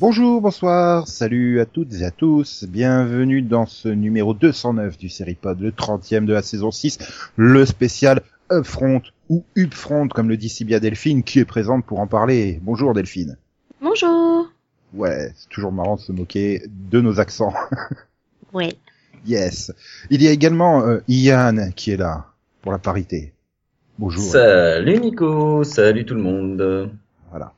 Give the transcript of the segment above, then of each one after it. Bonjour, bonsoir, salut à toutes et à tous, bienvenue dans ce numéro 209 du Seripod, le 30e de la saison 6, le spécial Upfront ou Upfront comme le dit si bien Delphine qui est présente pour en parler. Bonjour Delphine. Bonjour. Ouais, c'est toujours marrant de se moquer de nos accents. Ouais. yes. Il y a également euh, Ian qui est là pour la parité. Bonjour. Salut Nico, salut tout le monde. Voilà.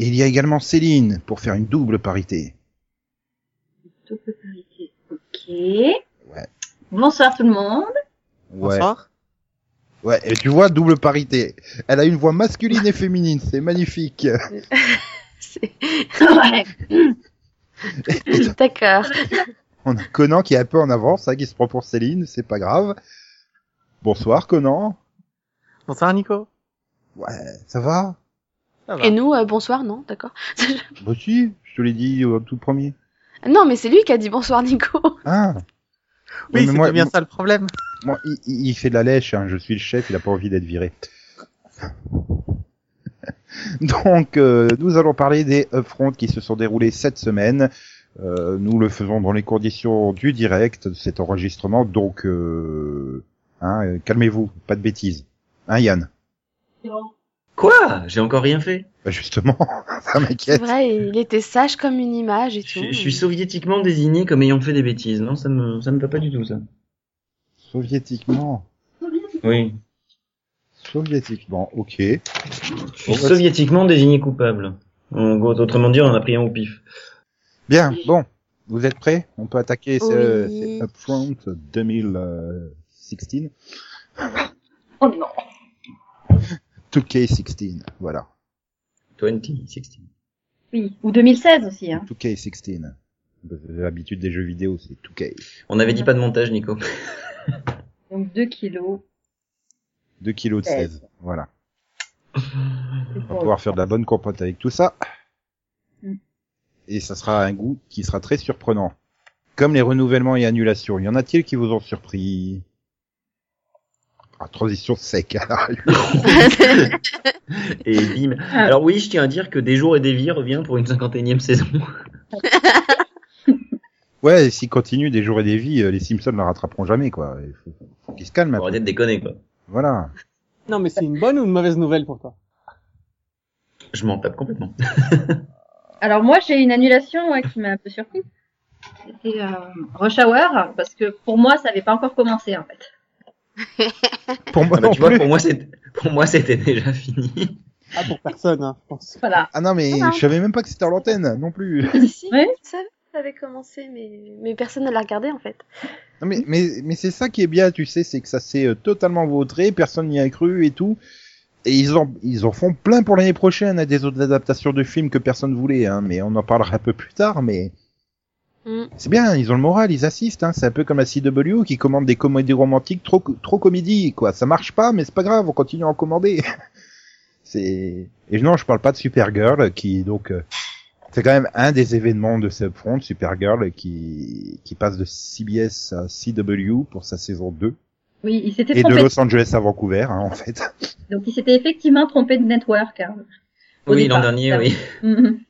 Et il y a également Céline pour faire une double parité. Double parité. Ok. Ouais. Bonsoir tout le monde. Ouais. Ouais, et tu vois, double parité. Elle a une voix masculine et féminine, c'est magnifique. Ouais. D'accord. On a Conan qui est un peu en avance, hein, qui se prend pour Céline, c'est pas grave. Bonsoir Conan. Bonsoir Nico. Ouais, ça va Ça va. Et nous, euh, bonsoir, non, d'accord. Bah si, je te l'ai dit au tout premier. non, mais c'est lui qui a dit bonsoir, Nico. Ah Oui, mais c'était moi- bien moi- ça le problème. Moi, il, il- il fait de la lèche, hein. je suis le chef, il a pas envie d'être viré. Donc, euh, nous allons parler des upfronts qui se sont déroulés cette semaine. Euh, nous le faisons dans les conditions du direct, de cet enregistrement, donc euh, hein, euh, calmez-vous, pas de bêtises. Hein Yann Quoi J'ai encore rien fait. Bah, Justement, ça C'est m'inquiète. vrai, il était sage comme une image et Je, tout. suis- je suis soviétiquement désigné comme ayant fait des bêtises. Non, ça me, ça me va pas du tout ça. Soviétiquement. Oui. Soviétiquement, ok. Je suis soviétiquement désigné coupable. En gros, autrement dit, on en a pris un au pif. Bien, bon, vous êtes prêts On peut attaquer ce, Oui. ces Upfront 2016 Oh non. 2K16, voilà. 20, 16. Oui. Ou 2016 aussi. Hein. 2K16. L'habitude des jeux vidéo, c'est 2K. On avait dit pas de montage, Nico. Donc 2 kilos. 2 kilos de 16, voilà. C'est On va pour- pouvoir faire de la bonne compote avec tout ça. Mm. Et ça sera un goût qui sera très surprenant. Comme les renouvellements et annulations, y en a-t-il qui vous ont surpris ah, Transition sec. Et bim. Alors oui, je tiens à dire que Des jours et des vies revient pour une cinquantaine saison. ouais, s'ils continuent des jours et des vies, euh, les Simpsons ne la rattraperont jamais, quoi. Il faut, faut qu'ils se calment. un Faut peu. arrêter de déconner quoi. Voilà. Ah, Non, mais c'est une bonne ou une mauvaise nouvelle pour toi Je m'en tape complètement. Alors moi j'ai une annulation ouais, qui m'a un peu surpris. C'était euh, Rush Hour parce que pour moi ça n'avait pas encore commencé en fait. Pour moi, Ah bah, non tu vois, plus. pour moi c'était, pour moi c'était déjà fini. Ah, pour personne, hein, je pense. Voilà. Ah non, mais Voilà. je savais même pas que c'était en l'antenne, non plus. Ici, Oui. ça ça avait commencé, mais, mais personne ne l'a regardé en fait. Non, mais, mais, mais c'est ça qui est bien, tu sais, c'est que ça s'est euh, totalement vautré, personne n'y a cru et tout. Et ils en, ils en font plein pour l'année prochaine, à des autres adaptations de films que personne voulait, hein, mais on en parlera un peu plus tard, mais Mm. c'est bien, ils ont le moral, ils assistent, hein, c'est un peu comme la CW qui commande des comédies romantiques trop, trop comédies, quoi. Ça marche pas, mais c'est pas grave, on continue à en commander. c'est, et non, je parle pas de Supergirl, qui, donc, euh, c'est quand même un des événements de ce front, Supergirl, qui, qui passe de CBS à CW pour sa saison 2. Oui, il s'était Et de trompé. Los Angeles à Vancouver, hein, en fait. Donc il s'était effectivement trompé de network. hein. Au Oui, départ, l'an dernier, ça- oui. Mhm.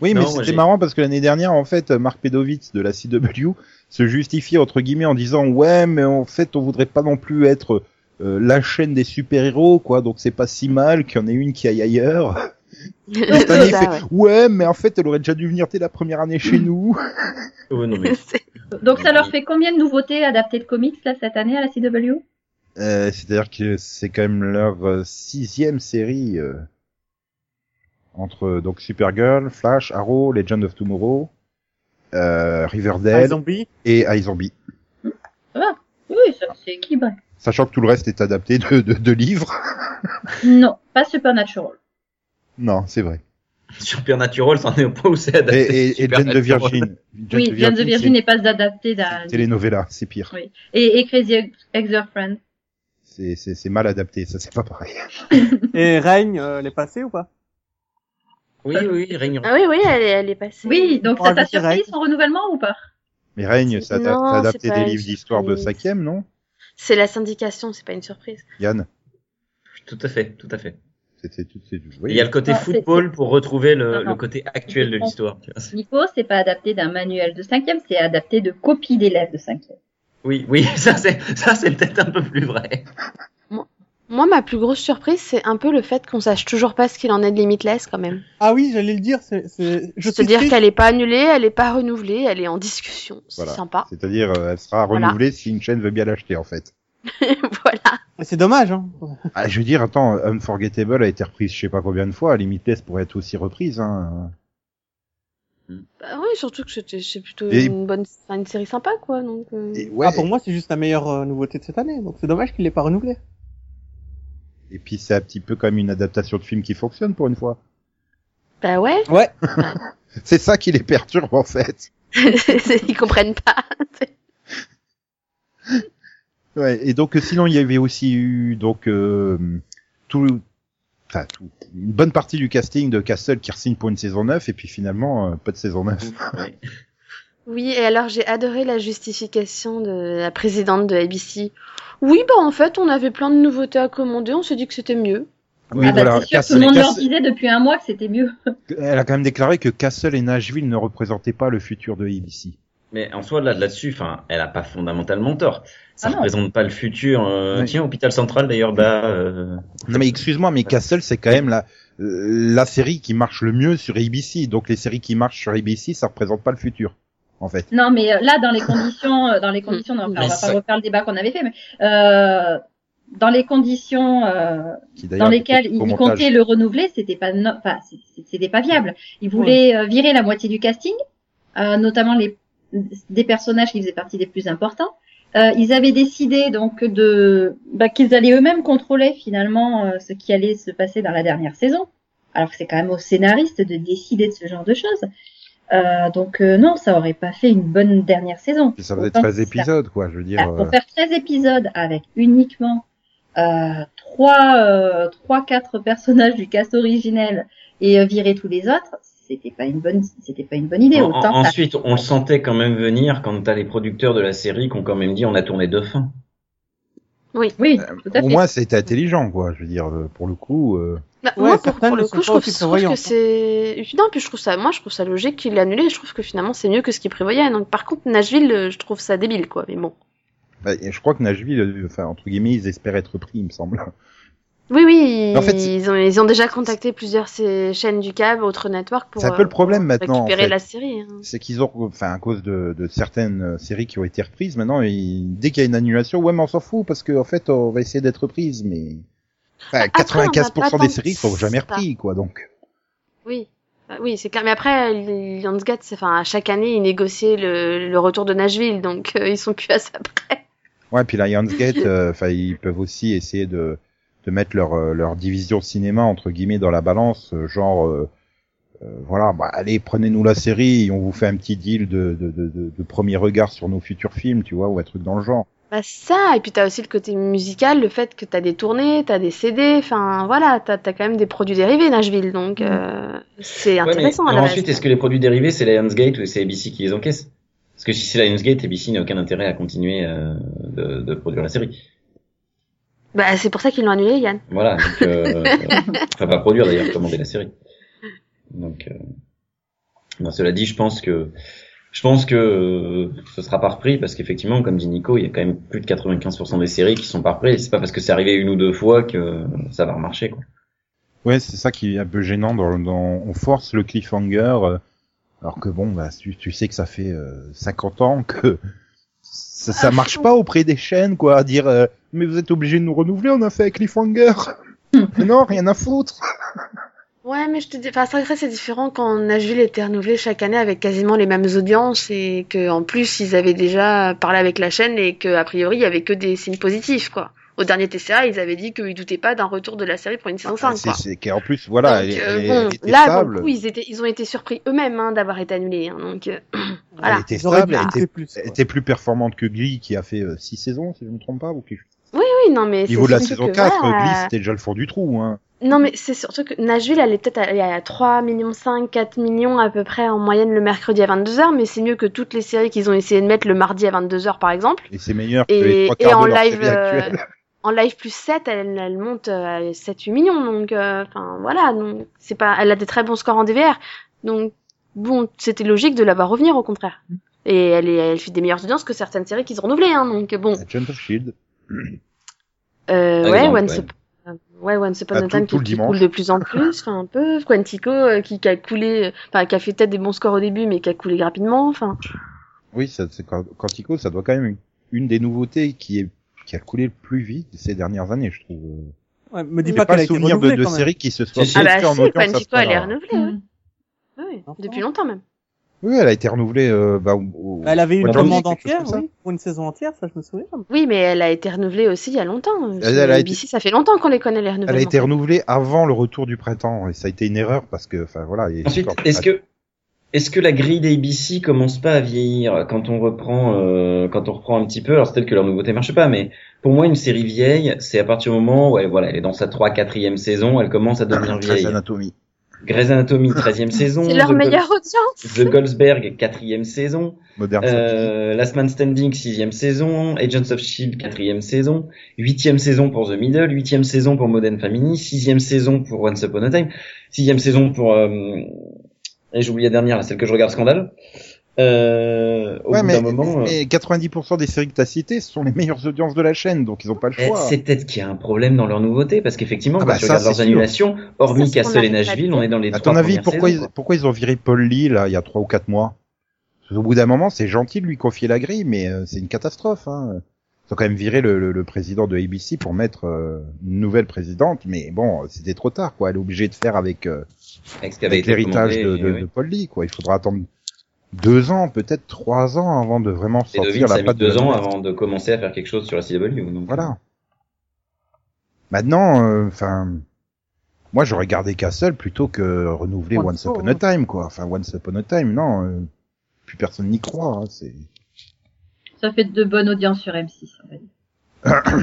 Oui, mais Non, moi, c'était j'ai- marrant parce que l'année dernière, en fait, Marc Pedovitz de la CW se justifiait entre guillemets en disant ouais, mais en fait, on voudrait pas non plus être euh, la chaîne des super héros, quoi. Donc c'est pas si mal qu'il y en ait une qui aille ailleurs. Cette année, C'est il ça, fait, ouais. ouais, mais en fait, elle aurait déjà dû venir dès la première année chez nous. Oh, non, mais... C'est- Donc ça leur fait combien de nouveautés adaptées de comics là cette année à la CW Euh, C'est-à-dire que c'est quand même leur euh, sixième série euh, entre euh, donc Supergirl, Flash, Arrow, Legend of Tomorrow, euh, Un Riverdale zombie et iZombie. Oui, ça c'est équilibré. sachant que tout le reste est adapté de, de, de livres. Non, pas Supernatural. Non, c'est vrai. Supernatural, c'en est au point où c'est Et, adapté. et, et Jane de Supernatural. Virgin. Jane oui, Jane the Virgin c'est- n'est pas adaptée d'un. c'est Telenovela, c'est pire. Oui. Et, et Crazy Ex-Girlfriend. C'est- C'est c'est mal adapté, ça c'est pas pareil. Et règne, euh, elle est passée ou pas Oui, oui, Règne. Ah oui, oui, elle est, elle est passée. Oui, donc Pour ça t'a ajouter surpris Ryan. son renouvellement ou pas Mais Règne, ça adap- Non, ça a adapté c'est pas des une livres d'histoire de surprise. cinquième, non C'est la syndication, c'est pas une surprise. Yann Tout à fait, tout à fait. C'était tout. c'est tout- Il oui. y a le côté Non, Ah, c'est- football pour retrouver le, Non, non. le côté actuel de l'histoire. tu vois. Nico, c'est pas adapté d'un manuel de cinquième, c'est adapté de copies d'élèves de cinquième. Oui, oui, ça c'est ça c'est peut-être un peu plus vrai. Moi, ma plus grosse surprise, c'est un peu le fait qu'on sache toujours pas ce qu'il en est de Limitless quand même. Ah oui, j'allais le dire. C'est, c'est... Je suis C'est-à-dire triste. qu'elle est pas annulée, elle est pas renouvelée, elle est en discussion. C'est Voilà. sympa. C'est-à-dire, euh, elle sera Voilà. renouvelée si une chaîne veut bien l'acheter, en fait. voilà. C'est dommage. Hein. Ah, je veux dire, attends, Unforgettable a été reprise je sais pas combien de fois, Limitless pourrait être aussi reprise. Hein. Bah oui, surtout que c'était- c'est plutôt Et- une bonne, enfin, une série sympa quoi. Donc, euh, Et, ouais, Ah, pour moi, c'est juste la meilleure euh, nouveauté de cette année. Donc c'est dommage qu'il l'ait pas renouvelé. et puis c'est un petit peu comme une adaptation de film qui fonctionne pour une fois. Bah ouais, C'est ça qui les perturbe en fait. ils comprennent pas. Ouais, et donc euh, sinon il y avait aussi eu donc euh, tout, enfin, tout- une bonne partie du casting de Castle qui signe pour une saison 9 et puis finalement euh, pas de saison 9. Ouais. Oui, et alors j'ai adoré la justification de la présidente de ABC. Oui, bah en fait, on avait plein de nouveautés à commander, on s'est dit que c'était mieux. Oui, ah bah voilà, c'est sûr, tout Castle- le monde leur Castle- disait depuis un mois que c'était mieux. elle a quand même déclaré que Castle et Nashville ne représentaient pas le futur de ABC. Mais en soi là là-dessus, enfin, elle a pas fondamentalement tort. Ça Ah non. représente pas le futur. euh, Oui. Tiens, hôpital central d'ailleurs bah euh, Non mais excuse-moi, mais Castle c'est quand même la euh, la série qui marche le mieux sur ABC. Donc les séries qui marchent sur ABC, ça représente pas le futur, en fait. Non, mais euh, là, dans les conditions, euh, dans les conditions, non, enfin, Mais on va ça- pas refaire le débat qu'on avait fait, mais euh, dans les conditions euh, Qui, dans d'ailleurs, lesquelles au ils ils montage- comptaient le renouveler, c'était pas, no- enfin, c'est- c'était pas viable. Ils voulaient euh, virer la moitié du casting, euh, notamment les des personnages qui faisaient partie des plus importants. Euh, ils avaient décidé donc de bah, qu'ils allaient eux-mêmes contrôler finalement euh, ce qui allait se passer dans la dernière saison. Alors que c'est quand même aux scénaristes de décider de ce genre de choses. Euh, donc euh, non, ça aurait pas fait une bonne dernière saison. Puis ça faisait Autant 13 que ça- épisodes, quoi, je veux dire. voilà, euh, pour faire 13 épisodes avec uniquement euh, 3, euh, 3 4 personnages du cast originel et euh, virer tous les autres, c'était pas une bonne c'était pas une bonne idée en- en- autant ça- ensuite, on le sentait quand même venir quand t'as les producteurs de la série qui ont quand même dit on a tourné deux fins. Oui, tout à Euh, au fait. moins, c'était intelligent, quoi, je veux dire, euh, pour le coup. euh, Bah, Ouais, moi, pour, certaines pour ne le sont coup, je pas trouve, aussi je trouve que hein. prévoyantes, c'est. Non, puis je trouve ça, moi, je trouve ça logique qu'il l'ait annulé. Je trouve que finalement, c'est mieux que ce qu'il prévoyait. Donc, par contre, Nashville, euh, je trouve ça débile, quoi. Mais bon. bah, je crois que Nashville, euh, enfin, entre guillemets, ils espèrent être pris, il me semble. Mm. Oui, oui, Mais en fait, ils, ont, ils ont déjà contacté plusieurs ces chaînes du câble, autres networks pour C'est un peu le euh, problème maintenant, en récupérer fait. la série. hein. C'est qu'ils ont, enfin, à cause de, de certaines euh, séries qui ont été reprises, maintenant, ils- dès qu'il y a une annulation, ouais, mais on s'en fout, parce qu'en en fait, on va essayer d'être reprise, mais. Enfin, Après, on va 95% pas des tant séries que sont jamais ça. reprises, quoi, donc. Oui, Bah oui, c'est clair. Mais après, les Lionsgate, c'est- enfin, à chaque année, ils négociaient le, le retour de Nashville, donc euh, ils sont plus à ça près. Ouais, puis Lionsgate, euh, enfin, ils peuvent aussi essayer de, de mettre leur, euh, leur division cinéma, entre guillemets, dans la balance, euh, genre, euh, euh, voilà, bah, allez, prenez-nous la série, et on vous fait un petit deal de, de, de, de, de premier regard sur nos futurs films, tu vois, ou un truc dans le genre. Bah ça, et puis t'as aussi le côté musical, le fait que t'as des tournées, t'as des CD, enfin voilà, t'as as quand même des produits dérivés Nashville, donc euh, c'est Ouais, mais intéressant à alors la ensuite, base. est-ce que les produits dérivés c'est Lionsgate ou c'est ABC qui les encaisse Parce que si c'est Lionsgate, ABC n'a aucun intérêt à continuer euh, de, de produire la série. Bah c'est pour ça qu'ils l'ont annulé, Yann. Voilà. Donc, euh, enfin, pas produire d'ailleurs, commander la série. Donc, euh, non, cela dit, je pense que je pense que euh, ce sera pas repris parce qu'effectivement, comme dit Nico, il y a quand même plus de 95% des séries qui sont pas reprises. C'est pas parce que c'est arrivé une ou deux fois que euh, ça va remarcher. Quoi. Ouais, c'est ça qui est un peu gênant. Dans, dans- on force le cliffhanger, euh, alors que bon, bah, tu, tu sais que ça fait euh, 50 ans que ça, ça marche pas auprès des chaînes, quoi. À dire, euh, mais vous êtes obligé de nous renouveler, on a fait un cliffhanger. mais non, rien à foutre. Ouais, mais je te dis, enfin, c'est vrai que c'est différent quand Nashville était renouvelé chaque année avec quasiment les mêmes audiences et que, en plus, ils avaient déjà parlé avec la chaîne et que, a priori, il y avait que des signes positifs, quoi. Au dernier TCA, ils avaient dit qu'ils doutaient pas d'un retour de la série pour une saison 5, Ah, C'est quoi. c'est qu'en plus, voilà, Donc, elle, euh, elle- bon, elle était là, pour stable. le coup, ils, étaient, ils ont été surpris eux-mêmes hein, d'avoir été annulés. hein, donc, euh, Elle voilà. était Ils auraient stable, dû elle pousser était, plus. elle quoi. était plus performante que Glee qui a fait 6 saisons, si je ne me trompe pas. Ou qui... Oui, non, mais Niveau de c'est la surtout saison que, 4, voilà, Glee c'était déjà le fond du trou. Hein. Non, mais c'est surtout que Nashville, elle est peut-être à, elle est à 3 millions 5, 4 millions à peu près en moyenne le mercredi à 22h, mais c'est mieux que toutes les séries qu'ils ont essayé de mettre le mardi à 22h par exemple. Et c'est meilleur que les Et, trois et quarts en de leur live, série euh, actuelle. en live plus 7, elle, elle monte euh, à 7-8 millions. Donc, euh, enfin, voilà. Donc, c'est pas, elle a des très bons scores en DVR. Donc, bon, c'était logique de la voir revenir, au contraire. Mm. Et elle, est, elle fait des meilleures audiences que certaines séries qui sont renouvelées, hein. Donc, bon. Agent of Shield. Euh, Par ouais, exemple, Once ouais. Upon- ouais, Once Upon Ah, a tout- tout Time qui, le qui dimanche. coule de plus en plus, enfin un peu. Quantico euh, qui, qui a coulé, euh, enfin qui a fait peut-être des bons scores au début, mais qui a coulé rapidement. Enfin, Oui, ça, c'est quand- Quantico, ça doit quand même une des nouveautés qui est qui a coulé le plus vite ces dernières années, je trouve. Ouais, me dis J'ai pas, pas, qu'elle a le été souvenir de, renouvelée de quand même. séries qui se soient Si, si. ah bah Est-ce testées en hein. si, audience à ce Quantico elle est point-là. renouvelée, ouais. Mm. Ouais, Encore. depuis longtemps même. Oui, elle a été renouvelée. Euh, bah, au- au- Elle avait une au Audience, Jordan, commande quelque chose entière, comme ça. Ah. oui, pour une saison entière, ça je me souviens. Oui, mais elle a été renouvelée aussi il y a longtemps. hein. Elle- elle a ABC, ça fait longtemps qu'on les connaît les renouvellements. Elle a été renouvelée avant le retour du printemps et ça a été une erreur parce que, enfin voilà. et- Ensuite, encore- est-ce que est-ce que la grille d'ABC commence pas à vieillir quand on reprend euh, quand on reprend un petit peu Alors c'est peut-être que leur nouveauté marche pas, mais pour moi une série vieille, c'est à partir du moment où elle, voilà, elle est dans sa 3 4 saison, elle commence à devenir Ah, Grey's vieille. Anatomy. Grey's Anatomy 13e saison, C'est leur The Go- meilleure audience. The Goldsberg 4 saison, Modern Family. euh, Last Man Standing 6e saison, Agents of Shield 4e saison, 8e saison pour The Middle, 8e saison pour Modern Family, 6e saison pour Once Upon a Time, 6e saison pour euh, et j'oublie la dernière, là, celle que je regarde Scandale. Euh, au Ouais, bout mais, d'un moment, euh, mais 90% des séries que t'as citées ce sont les meilleures audiences de la chaîne, donc ils ont pas le eh, choix. c'est peut-être qu'il y a un problème dans leur nouveauté parce qu'effectivement, Ah quand bah tu ça, regardes c'est leurs sûr. annulations, Ça, hormis c'est ce qu'on Castle et arrive pas à Nashville, dire. on est dans les À trois ton avis, premières pourquoi, saisons, ils, pourquoi ils ont viré Paul Lee là il y a trois ou quatre mois Parce qu'au bout d'un moment, c'est gentil de lui confier la grille, mais euh, c'est une catastrophe. Hein. Ils ont quand même viré le, le- le président de ABC pour mettre euh, une nouvelle présidente, mais bon, c'était trop tard quoi. Elle est obligée de faire avec, euh, quoi, avec ce qui avait avec été euh, l'héritage de, commandé, de, et, de Paul Lee quoi. Il faudra attendre deux ans, peut-être trois ans avant de vraiment Et sortir Deville, ça la a mis patte de deux la ans nouvelle. avant de commencer à faire quelque chose sur la CW. Donc, Voilà. Maintenant, euh, enfin, moi j'aurais gardé Castle plutôt que renouveler Once, Once Upon a Upon Time, quoi. Enfin, Once Upon a Time, non, euh, plus personne n'y croit. hein, c'est Ça fait de bonnes audiences sur M6. En fait.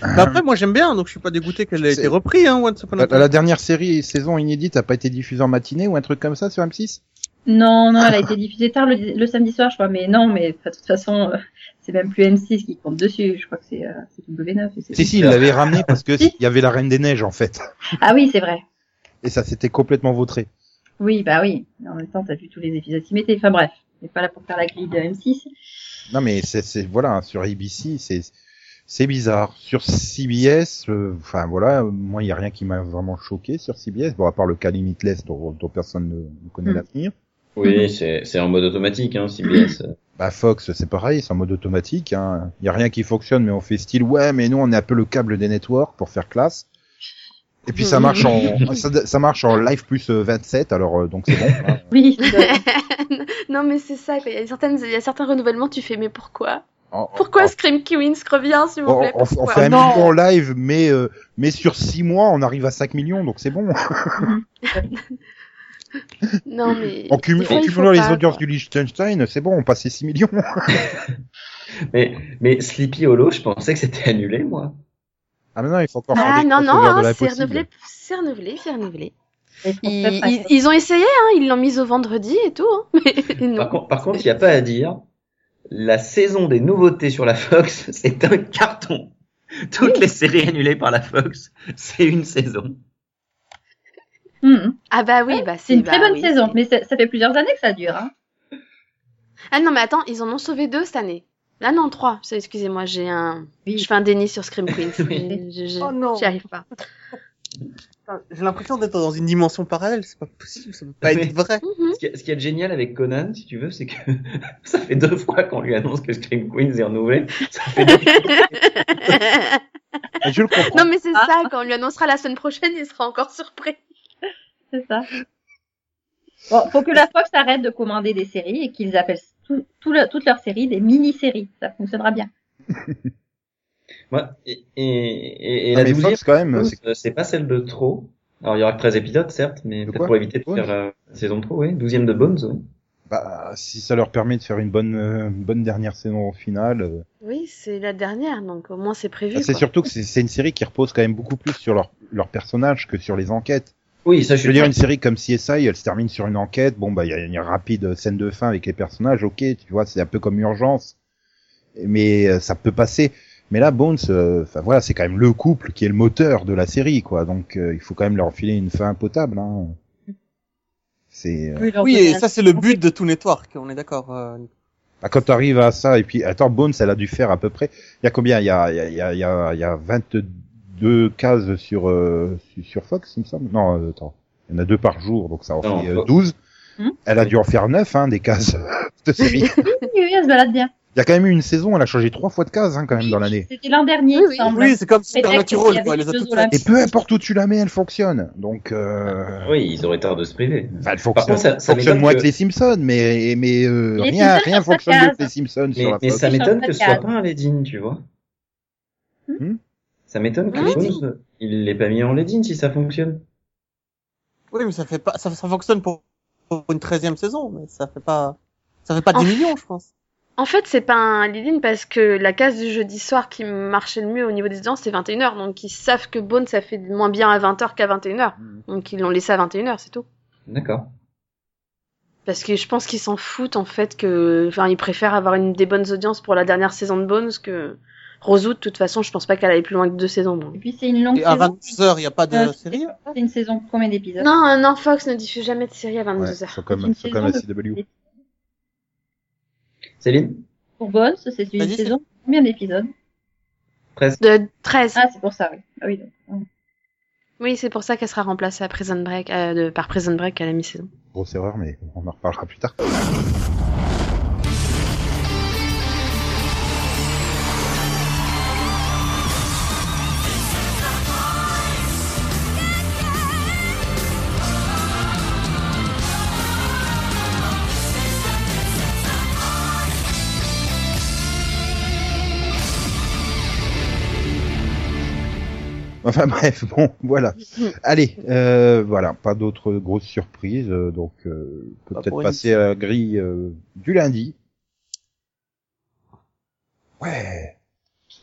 Bah après, moi j'aime bien, donc je suis pas dégoûté qu'elle ait C'est- Bah, été reprise, hein, Once Upon la, a Time. la dernière série saison inédite a pas été diffusée en matinée ou un truc comme ça sur M6 Non, non, elle a été diffusée tard le, le samedi soir, je crois. Mais non, mais enfin, de toute façon, euh, c'est même plus M6 qui compte dessus. Je crois que c'est euh, c'est W9. et c'est- Si si, il l'avait ramenée parce que il y avait la Reine des Neiges en fait, Ah oui, c'est vrai. et ça s'était complètement vautré. Oui, bah oui. En même temps, t'as vu tous les épisodes s'y mettaient. Enfin bref, on n'est pas là pour faire la grille de M6. Non mais c'est c'est- voilà sur ABC c'est c'est bizarre sur CBS euh, enfin voilà euh, moi il y a rien qui m'a vraiment choqué sur CBS bon à part le cas Limitless dont, dont personne ne, ne connaît Mm. Hmm. l'avenir Oui, c'est c'est en mode automatique, hein, CBS. bah Fox c'est pareil c'est en mode automatique hein. il y a rien qui fonctionne mais on fait style ouais mais nous on est un peu le câble des networks pour faire classe et puis ça marche en ça, ça marche en live plus euh, 27 alors euh, donc c'est bon hein. Oui. c'est- non mais c'est ça. quoi. Il y a certaines, il y a certains renouvellements. Tu fais mais pourquoi En- Pourquoi en- Scream Queens revient s'il vous on, plaît hein. Oh. on- on Pourquoi fait un Non. million en live, mais euh, mais sur six mois, on arrive à 5 millions, donc c'est bon. Non mais En, cumu- des fois, en il faut cumulant les pas, audiences quoi. du Liechtenstein, c'est bon, on passait 6 millions. mais, mais Sleepy Hollow, je pensais que c'était annulé, moi. Ah mais non, il faut encore faire Ah des non, non, crossovers de hein, la c'est possible. renouvelé, c'est renouvelé, c'est renouvelé. Et pour Ils, faire face- ils- ils ont essayé, hein, ils l'ont mise au vendredi et tout. Hein, mais non. Par, contre- par contre, il n'y a pas à dire, la saison des nouveautés sur la Fox, c'est un carton. Toutes les séries annulées par la Fox, c'est une saison. Mhm. Ah bah oui, bah C'est une bah très bonne oui, saison, c'est- mais ça, ça fait plusieurs années que ça dure. Hein. Ah non, mais attends, ils en ont sauvé deux cette année. Ah non, trois. C'est- Excusez-moi, j'ai un, Oui. je fais un déni sur Scream Queens. Oui. Je- je- Oh non. J'y arrive pas. J'ai l'impression d'être dans une dimension parallèle, c'est pas possible, ça peut pas Mais- être vrai. Mhm. Ce qui, est- ce qui est génial avec Conan, si tu veux, c'est que ça fait deux fois qu'on lui annonce que Scream Queens est renouvelé. Ça fait deux fois. Et je le Oh. comprends. non mais c'est Ah. ça, quand on lui annoncera la semaine prochaine, il sera encore surpris. C'est ça. Bon, faut que la Fox arrête de commander des séries et qu'ils appellent tout, tout le- toutes leurs séries des mini-séries. Ça fonctionnera bien. Moi, et, et, et, et Ah, la mais douzième, Fox, quand même, c'est- Euh, C'est pas celle de trop. Alors il y aura que 13 épisodes, certes, mais De peut-être quoi pour éviter de Bones faire la saison de trop, oui. 12 de Bones, oui. bah, si ça leur permet de faire une bonne euh, une bonne dernière saison finale. euh. Oui, c'est la dernière, donc au moins c'est prévu. Ah, c'est quoi. surtout que c'est- c'est une série qui repose quand même beaucoup plus sur leur leur personnage que sur les enquêtes. Oui, ça je Je suis veux dire, d'accord. une série comme CSI, elle se termine sur une enquête. Bon, bah, il y a une rapide scène de fin avec les personnages. Ok, tu vois, c'est un peu comme urgence. Mais euh, ça peut passer. Mais là, Bones, enfin voilà, c'est quand même le couple qui est le moteur de la série, quoi. Donc euh, il faut quand même leur filer une fin potable. Hein. C'est euh, Oui, et ça c'est le but de tout network, on est d'accord. euh, Ah, quand t'arrives à ça, et puis, attends, Bones, elle a dû faire à peu près, il y a combien? Il y a, il y a, il y a, il y a, il y a 22 cases sur, euh, su- sur Fox, il me semble. Non, euh, attends. Il y en a deux par jour, donc ça en Non, fait euh, Fo- 12. Hmm Elle a dû en faire 9, hein, des cases de série. Oui, oui, elle se balade bien. Il y a quand même eu une saison, elle a changé trois fois de cases, hein, quand même, dans l'année. C'était l'an dernier, Oui, il me oui. semble. Oui, c'est comme Mais Supernatural, d'accord, quoi, il y avait les a les toutes Jeux faites. Et peu importe où tu la mets, elle fonctionne. Donc, euh... Oui, ils auraient tort de se priver. Enfin, elle fonctionne, contre, ça- ça fonctionne m'étonne moins que- que... les Simpsons, mais, mais euh, Les rien, Simpsons rien sur sa fonctionne mieux case. que les Simpsons Mais, sur la mais Fox. ça m'étonne que ce soit Podcast. pas un lead-in, tu vois. Hmm Ça m'étonne que Ah, Un lead-in. Bones, il l'ait pas mis en lead-in si ça fonctionne. Oui, mais ça fait pas, ça, ça fonctionne pour, pour une 13 e saison, mais ça fait pas, ça fait pas Ah. En- 10 millions, je pense. En fait, c'est pas un lead-in parce que la case du jeudi soir qui marchait le mieux au niveau des audiences, c'est 21h. Donc ils savent que Bones, ça fait moins bien à 20h qu'à 21h. Mm. Donc ils l'ont laissé à 21h, c'est tout. D'accord. Parce que je pense qu'ils s'en foutent en fait que. Enfin, ils préfèrent avoir une des bonnes audiences pour la dernière saison de Bones que. Rosewood, de toute façon, je pense pas qu'elle aille plus loin que deux saisons. moi. Et puis c'est une longue Et à saison. 22 heures, il y a pas de Euh, série. C'est une saison de combien d'épisodes Non, non, Fox ne diffuse jamais de série à 22h. c'est C'est comme, une c'est comme la saison CW. Céline Pour Bones, c'est une Vas-y, c'est- saison de combien d'épisodes 13 De 13. Ah, c'est pour ça, oui. Ah oui, donc, ouais. Oui, c'est pour ça qu'elle sera remplacée à Prison Break, euh, de- par Prison Break à la mi-saison. Grosse erreur, mais on en reparlera plus tard. Enfin bref, bon, voilà. Allez, euh, voilà, pas d'autres grosses surprises, euh, donc euh, Pas peut-être pour une- passer à la grille euh, du lundi. Ouais.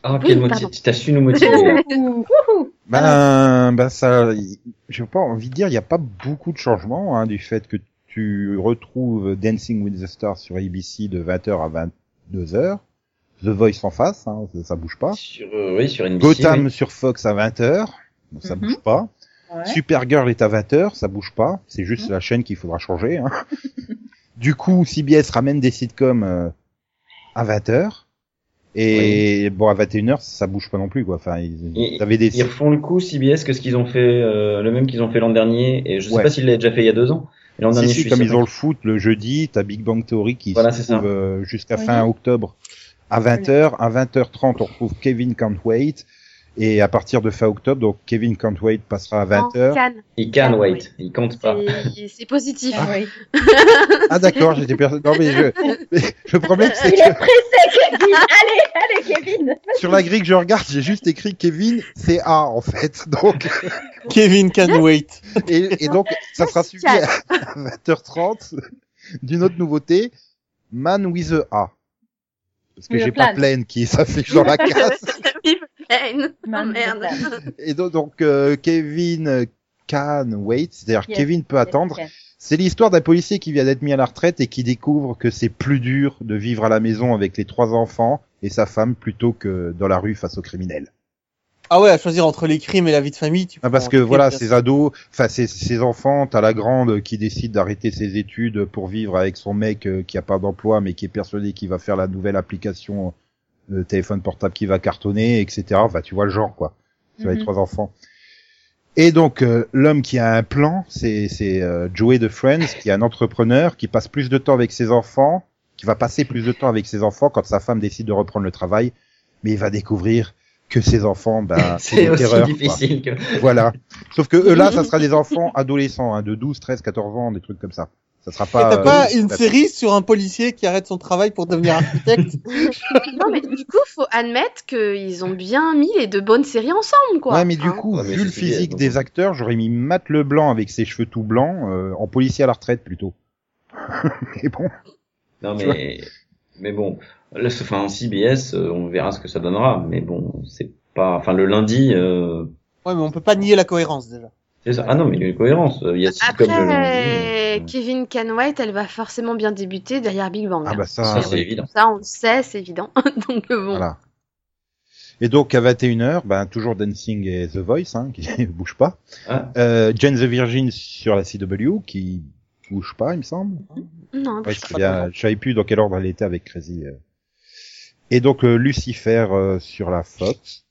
Ah, Oui, quel pardon. motif Tu t'as su nous motiver. Ouh, Ben, ben ça, y- j'ai pas envie de dire, il n'y a pas beaucoup de changements hein, du fait que tu retrouves Dancing with the Stars sur ABC de 20h à 22h, The Voice en face, hein, ça, ça bouge pas, sur, euh, oui, sur NBC. Gotham oui. sur Fox à 20h, donc ça Mhm. bouge pas. ouais. Supergirl est à 20h, ça bouge pas, c'est Mm. juste la chaîne qu'il faudra changer. hein. du coup, CBS ramène des sitcoms euh, à 20h. Et bon, à 21h, ça bouge pas non plus, quoi. Enfin, ils, Et- ils avaient des... Ils refont le coup CBS que ce qu'ils ont fait, euh, le même qu'ils ont fait l'an dernier, et je sais Ouais. pas s'ils l'avaient déjà fait il y a deux ans. mais L'an si, dernier, si, je suis comme ils certain ont le foot le jeudi, t'as Big Bang Theory qui Voilà, se c'est trouve ça. euh, jusqu'à Oui. fin octobre à 20h. À 20h30, on retrouve Kevin Can't Wait. Et à partir de fin octobre, donc Kevin Can't Wait passera à 20h. Cannes. Ils can Ah, wait, oui. ils comptent pas. C'est c'est positif. Ah, oui. Ah d'accord, j'étais perdu. Non mais je... le problème c'est Il que... est pressé, Kevin Allez, allez, Kevin Sur la grille que je regarde, j'ai juste écrit Kevin CA en fait. Donc Kevin Hein can wait. et, et donc ça sera suivi à 20h30 d'une autre nouveauté, Man with the A. Parce que With a j'ai pas plan. pleine qui s'affiche dans la case. Oui, Blaine. Oh, Man, merde. c'est ça. Et donc, donc, euh, Kevin can wait, c'est-à-dire Yes. Kevin peut attendre. Yes, C'est l'histoire d'un policier qui vient d'être mis à la retraite et qui découvre que c'est plus dur de vivre à la maison avec les trois enfants et sa femme plutôt que dans la rue face aux criminels. Ah ouais, à choisir entre les crimes et la vie de famille, tu Ah, parce prends que les crimes, voilà, bien ces sûr. ados, enfin ces, ces enfants, t'as la grande qui décide d'arrêter ses études pour vivre avec son mec euh, qui a pas d'emploi mais qui est persuadé qu'il va faire la nouvelle application euh, téléphone portable qui va cartonner, etc. Enfin, tu vois le genre quoi. Sur les Mhm. trois enfants. Et donc euh, l'homme qui a un plan, c'est c'est euh, Joey de Friends, qui est un entrepreneur qui passe plus de temps avec ses enfants, qui va passer plus de temps avec ses enfants quand sa femme décide de reprendre le travail, mais il va découvrir que ses enfants, ben, C'est des aussi terreurs, quoi. difficile que. Voilà. Sauf que eux, là, ça sera des enfants adolescents, hein, de 12, 13, 14 ans, des trucs comme ça. Ça sera Et pas. t'as euh, pas oui, une série sur un policier qui arrête son travail pour devenir architecte Non, mais du coup, faut admettre qu'ils ont bien mis les deux bonnes séries ensemble, quoi. Ouais, mais du Hein. coup, Ouais, mais vu le ceci dit, physique donc- des acteurs, j'aurais mis Matt Leblanc avec ses cheveux tout blancs, euh, en policier à la retraite plutôt. Mais bon. Non Tu mais mais bon, là, c'est- enfin en CBS, euh, on verra ce que ça donnera, mais bon, c'est pas, enfin le lundi, euh, Ouais, mais on peut pas nier la cohérence déjà. c'est ça. Ah non, mais il y a une cohérence. Il y a six comme le euh, euh, Après, lundi. Kevin Canwhite, elle va forcément bien débuter derrière Big Bang. Ah hein. bah ça. Ça ouais. c'est évident. Ça, on le sait, c'est évident. Donc, euh, bon. Voilà. Et donc à 21h, ben toujours Dancing et The Voice hein, qui ne bouge pas. Ah. Euh, Jane the Virgin sur la CW qui bouge pas, il me semble. Non, Ouais, bouge je pas. ne savais plus dans quel ordre elle était avec Crazy. euh. Et donc euh, Lucifer euh, sur la Fox.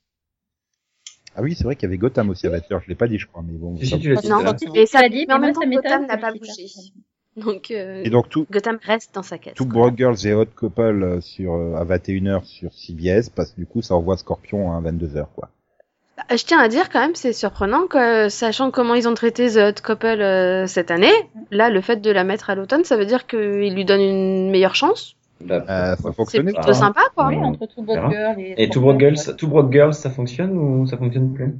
Ah oui, c'est vrai qu'il y avait Gotham aussi à 21h, je l'ai pas dit je crois, mais bon. Si, ça- si, tu l'as dit. Non, là. c'est- Et ça, Tu l'as dit, mais en mais même moi, temps, ça m'étonne, Gotham n'a je pas me suis bougé. Donc, euh, Et donc tout, Gotham reste dans sa caisse. Two quoi. Broke Girls et Hot Couple euh, sur euh, à 21h sur CBS parce que du coup ça envoie Scorpion à 22h quoi. Bah, Je tiens à dire quand même, c'est surprenant que, sachant comment ils ont traité The Hot Couple euh, cette année, là, le fait de la mettre à l'automne, ça veut dire qu'ils lui donnent une meilleure chance. Euh, ça Bah, C'est fonctionnait. plutôt Ah. sympa, quoi. Ouais. Oui, entre Two Broke verra. Girl et... Et Two Broke Girls, Two Broke Girls, ça fonctionne ou ça fonctionne plus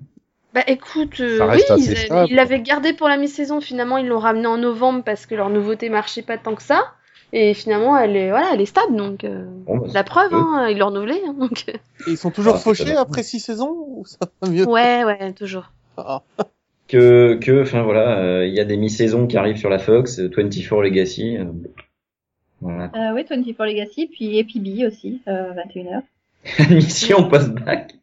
Bah écoute, euh, Ça oui, reste assez ils, stable. ils l'avaient gardé pour la mi-saison. Finalement, ils l'ont ramené en novembre parce que leur nouveauté marchait pas tant que ça. Et finalement, elle est, voilà, elle est stable, donc euh, Bon, bah, la preuve, peu. hein, ils l'ont renouvelée. hein, donc, euh, Et ils sont toujours Ah, c'est fauchés étonnant. après six saisons ou ça va mieux ouais, ouais, toujours. Ah. que que enfin voilà euh, il y a des mi-saisons qui arrivent sur la Fox euh, 24 Legacy euh, voilà Euh, oui, 24 Legacy, puis EPB aussi, euh, 21h. mission post bac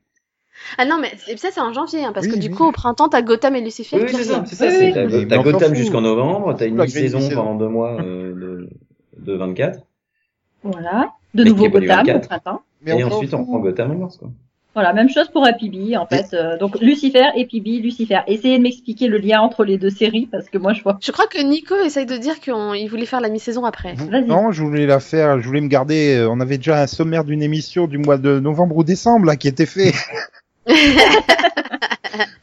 Ah non, mais c'est- ça, c'est en janvier, hein, parce Oui, que du oui. coup, au printemps, t'as Gotham et Lucifer. oui oui, qui c'est ça reviennent. c'est ça Oui, c'est oui. t'as, Mais t'as on s'en Gotham fout. jusqu'en novembre t'as une La grille de mi-saison saison. pendant deux mois euh, de de 24 Voilà. De Mais nouveau qui est pas du Gotham, au 24. printemps. Mais et on s'en ensuite on fout. prend Gotham en mars quoi Voilà, même chose pour EPB, en fait. euh, donc, Lucifer, EPB, Lucifer. Essayez de m'expliquer le lien entre les deux séries, parce que moi, je vois... Je crois que Nico essaye de dire qu'il voulait faire la mi-saison après. Vous- Vas-y. Non, je voulais la faire, je voulais me garder. euh, On avait déjà un sommaire d'une émission du mois de novembre ou décembre là qui était fait.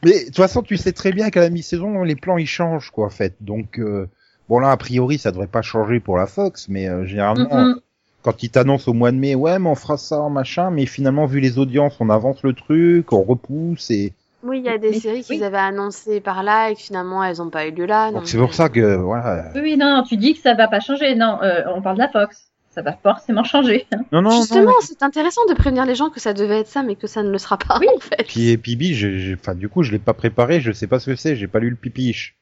Mais de toute façon, tu sais très bien qu'à la mi-saison, les plans ils changent quoi en fait. Donc euh, bon là, a priori, ça devrait pas changer pour la Fox, mais euh, généralement, Mm-mm. quand ils t'annoncent au mois de mai, ouais, mais on fera ça en machin, mais finalement, vu les audiences, on avance le truc, on repousse et Oui, il y a des Mais- séries qu'ils oui. avaient annoncées par là et que finalement elles n'ont pas eu lieu Ah là. donc donc, c'est pour ça que voilà. Oui, oui, non, non, tu dis que ça va pas changer. Non, euh, on parle de la Fox. Ça va forcément changer. Non non Justement, non. c'est intéressant de prévenir les gens que ça devait être ça, mais que ça ne le sera pas Oui. en fait. Puis et Pibi, j'ai- j'ai- enfin du coup, je l'ai pas préparé, je sais pas ce que c'est, j'ai pas lu le pipiche.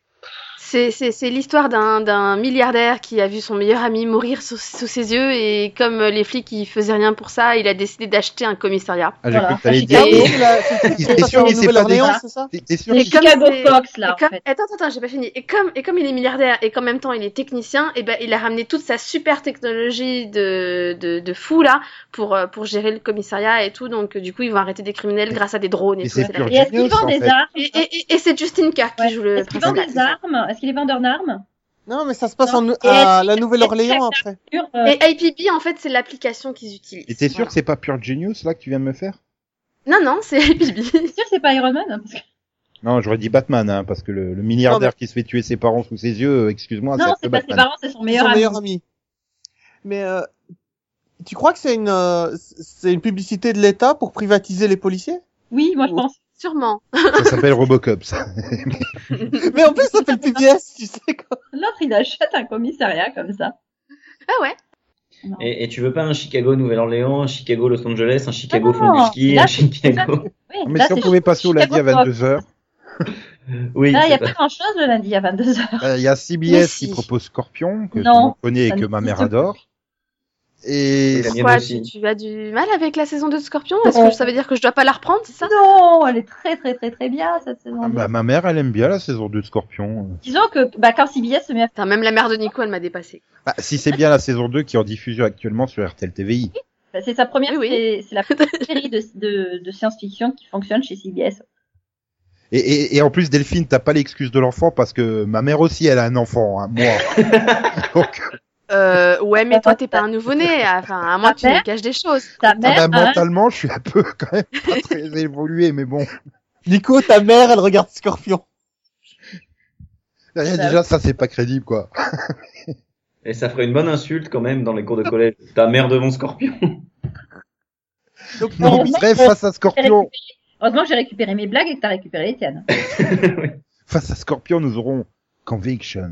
C'est- C'est c'est l'histoire d'un d'un milliardaire qui a vu son meilleur ami mourir sous, sous ses yeux et comme les flics ils faisaient rien pour ça, il a décidé d'acheter un commissariat. Ah, j'ai Voilà. cru que t'allais Ah, dire. j'ai oui. gagné. C'est la- c'est- Il c'est est passé sûr en qu'il s'est pas Nouvelle-Orléans, débarrassé. c'est ça T'es- t'es sûr Et C'est qu'il- comme Chicago c'est- Fox, Et là, en comme- fait. Attends, attends, j'ai pas fini. Et comme, et comme il est milliardaire et qu'en même temps il est technicien, et ben il a ramené toute sa super technologie de, de, de fou là pour, euh, pour gérer le commissariat et tout. Donc euh, du coup ils vont arrêter des criminels grâce à des drones et Mais tout. c'est la- pur Et est-ce qu'il Genius, vend en des fait. armes Et, et, et- et c'est Justin Kerr qui Ouais. joue le Est-ce qu'il vend principal. des armes Est-ce qu'il est vendeur d'armes Non, mais ça se passe Non. en, Et- à la et- Nouvelle-Orléans après. Sur, euh, Et APB en fait c'est l'application qu'ils utilisent. Et t'es sûr Voilà. que c'est pas pur Genius là que tu viens de me faire Non non c'est APB. C'est sûr que c'est pas Iron Man hein, parce que- Non, j'aurais dit Batman, hein, parce que le, le milliardaire qui se fait tuer ses parents sous ses yeux, euh, excuse-moi, Non, c'est c'est pas pas ses Batman. parents, c'est son C'est meilleur son ami. meilleur ami. Mais euh, tu crois que c'est une, euh, c'est une publicité de l'État pour privatiser les policiers Oui, moi je pense. Sûrement. Ça s'appelle Robocop, ça. Mais en plus, ça s'appelle PBS, tu sais quoi. L'autre, il achète un commissariat comme ça. Ah ouais. et, et tu veux pas un Chicago Nouvelle-Orléans un Chicago Los Angeles un Chicago Ah non, Fonduski là, un c'est- Chicago Oui, Mais là, si on c'est pouvait Chicago passer au lundi à Fox. 22h, oui Là, il n'y a c'est pas grand-chose le lundi à 22h. euh, il y a CBS Mais qui si. propose Scorpion, que Non, tout le monde connaît et ça que ne ma dit mère rien. adore. Et Et la mienne Quoi, aussi. tu, tu as du mal avec la saison 2 de Scorpion Est-ce que ça veut dire que je dois pas la reprendre, c'est ça Non, elle est très très très très bien cette saison. ah, bah, ma mère, elle aime bien la saison 2 de Scorpion. Disons que bah, quand CBS se met à... Putain, Même la mère de Nico elle m'a dépassée. Bah, si c'est bien la saison 2 qui est en diffusion actuellement sur RTL TVI. bah, C'est sa première, Oui, oui. c'est- c'est la première série de, de, de science-fiction qui fonctionne chez CBS. Et, et, et en plus, Delphine, t'as pas l'excuse de l'enfant parce que ma mère aussi, elle a un enfant, hein, moi. Donc, ah Euh, ouais, mais toi, t'es pas un nouveau-né. ah, Enfin, à Ah, moins que tu mère- nous caches des choses. Ta ah mère, bah, a un- mentalement, je suis un peu quand même pas très évolué, mais bon. Nico, ta mère, elle regarde Scorpion. Bah Rien, déjà, ça, c'est pas crédible, quoi. et ça ferait une bonne insulte quand même dans les cours de collège ta mère devant Scorpion Donc, Non, non, mais- bref, face à j'ai Scorpion, récupéré- heureusement que j'ai récupéré mes blagues et que t'as récupéré les tiennes. face à Scorpion, nous aurons Conviction.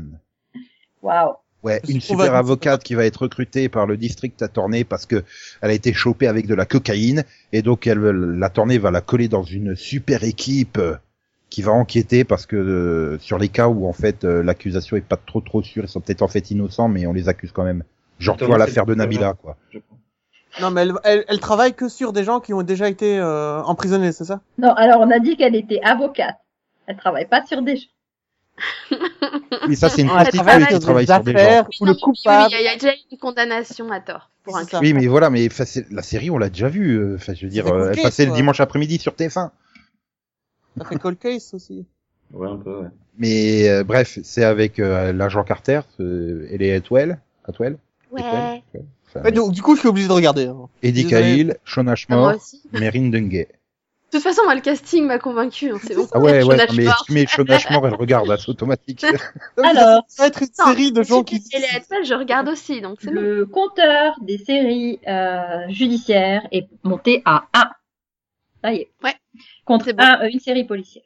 Waouh. Ouais, Parce une qu'on va- super avocate qui va être recrutée par le district à Tournai parce que elle a été chopée avec de la cocaïne et donc elle, la Tournai va la coller dans une super équipe euh, qui va enquêter parce que euh, sur les cas où en fait euh, l'accusation est pas trop trop sûre, ils sont peut-être en fait innocents mais on les accuse quand même. Genre Attends, toi non, l'affaire c'est- de Nabila quoi. Je crois. Non, mais elle, elle, elle travaille que sur des gens qui ont déjà été euh, emprisonnés, c'est ça Non, alors on a dit qu'elle était avocate. Elle travaille pas sur des gens. Oui, ça, c'est une Ah, elle prostituée travaille qui sur travaille des sur des gens. affaires où le Oui, oui, coupable. Il y, a- il y a déjà une condamnation à tort pour un C'est ça. Oui, mais voilà, mais enfin, c'est- la série, on l'a déjà vue. euh, Enfin, je veux dire, C'est des euh, elle cookies, passait le quoi. dimanche après-midi sur TF1. Ça fait cold case aussi. Ouais, un peu, ouais. Mais euh, bref, c'est avec euh, l'agent Carter, euh, elle est Atwell, Atwell, Ouais. enfin, Ouais, donc, du coup, je suis obligé de regarder. hein. Eddie Désolé. Cahill, Sean Ah, Moi Ashmore, aussi. Mérine Dungay. De toute façon, moi, le casting m'a convaincu. C'est bon. Ah ouais, ouais, Sean non, mais Ashmore. tu mets Sean Ashmore, elle regarde, là, c'est automatique. Alors, Ça va être une Attends, série de si gens tu qui. dis Elliot Page, je regarde aussi, donc c'est bon. le compteur des séries euh, judiciaires est monté à 1. Ça y est. Ouais. Contre C'est bon. un, euh, une série policière.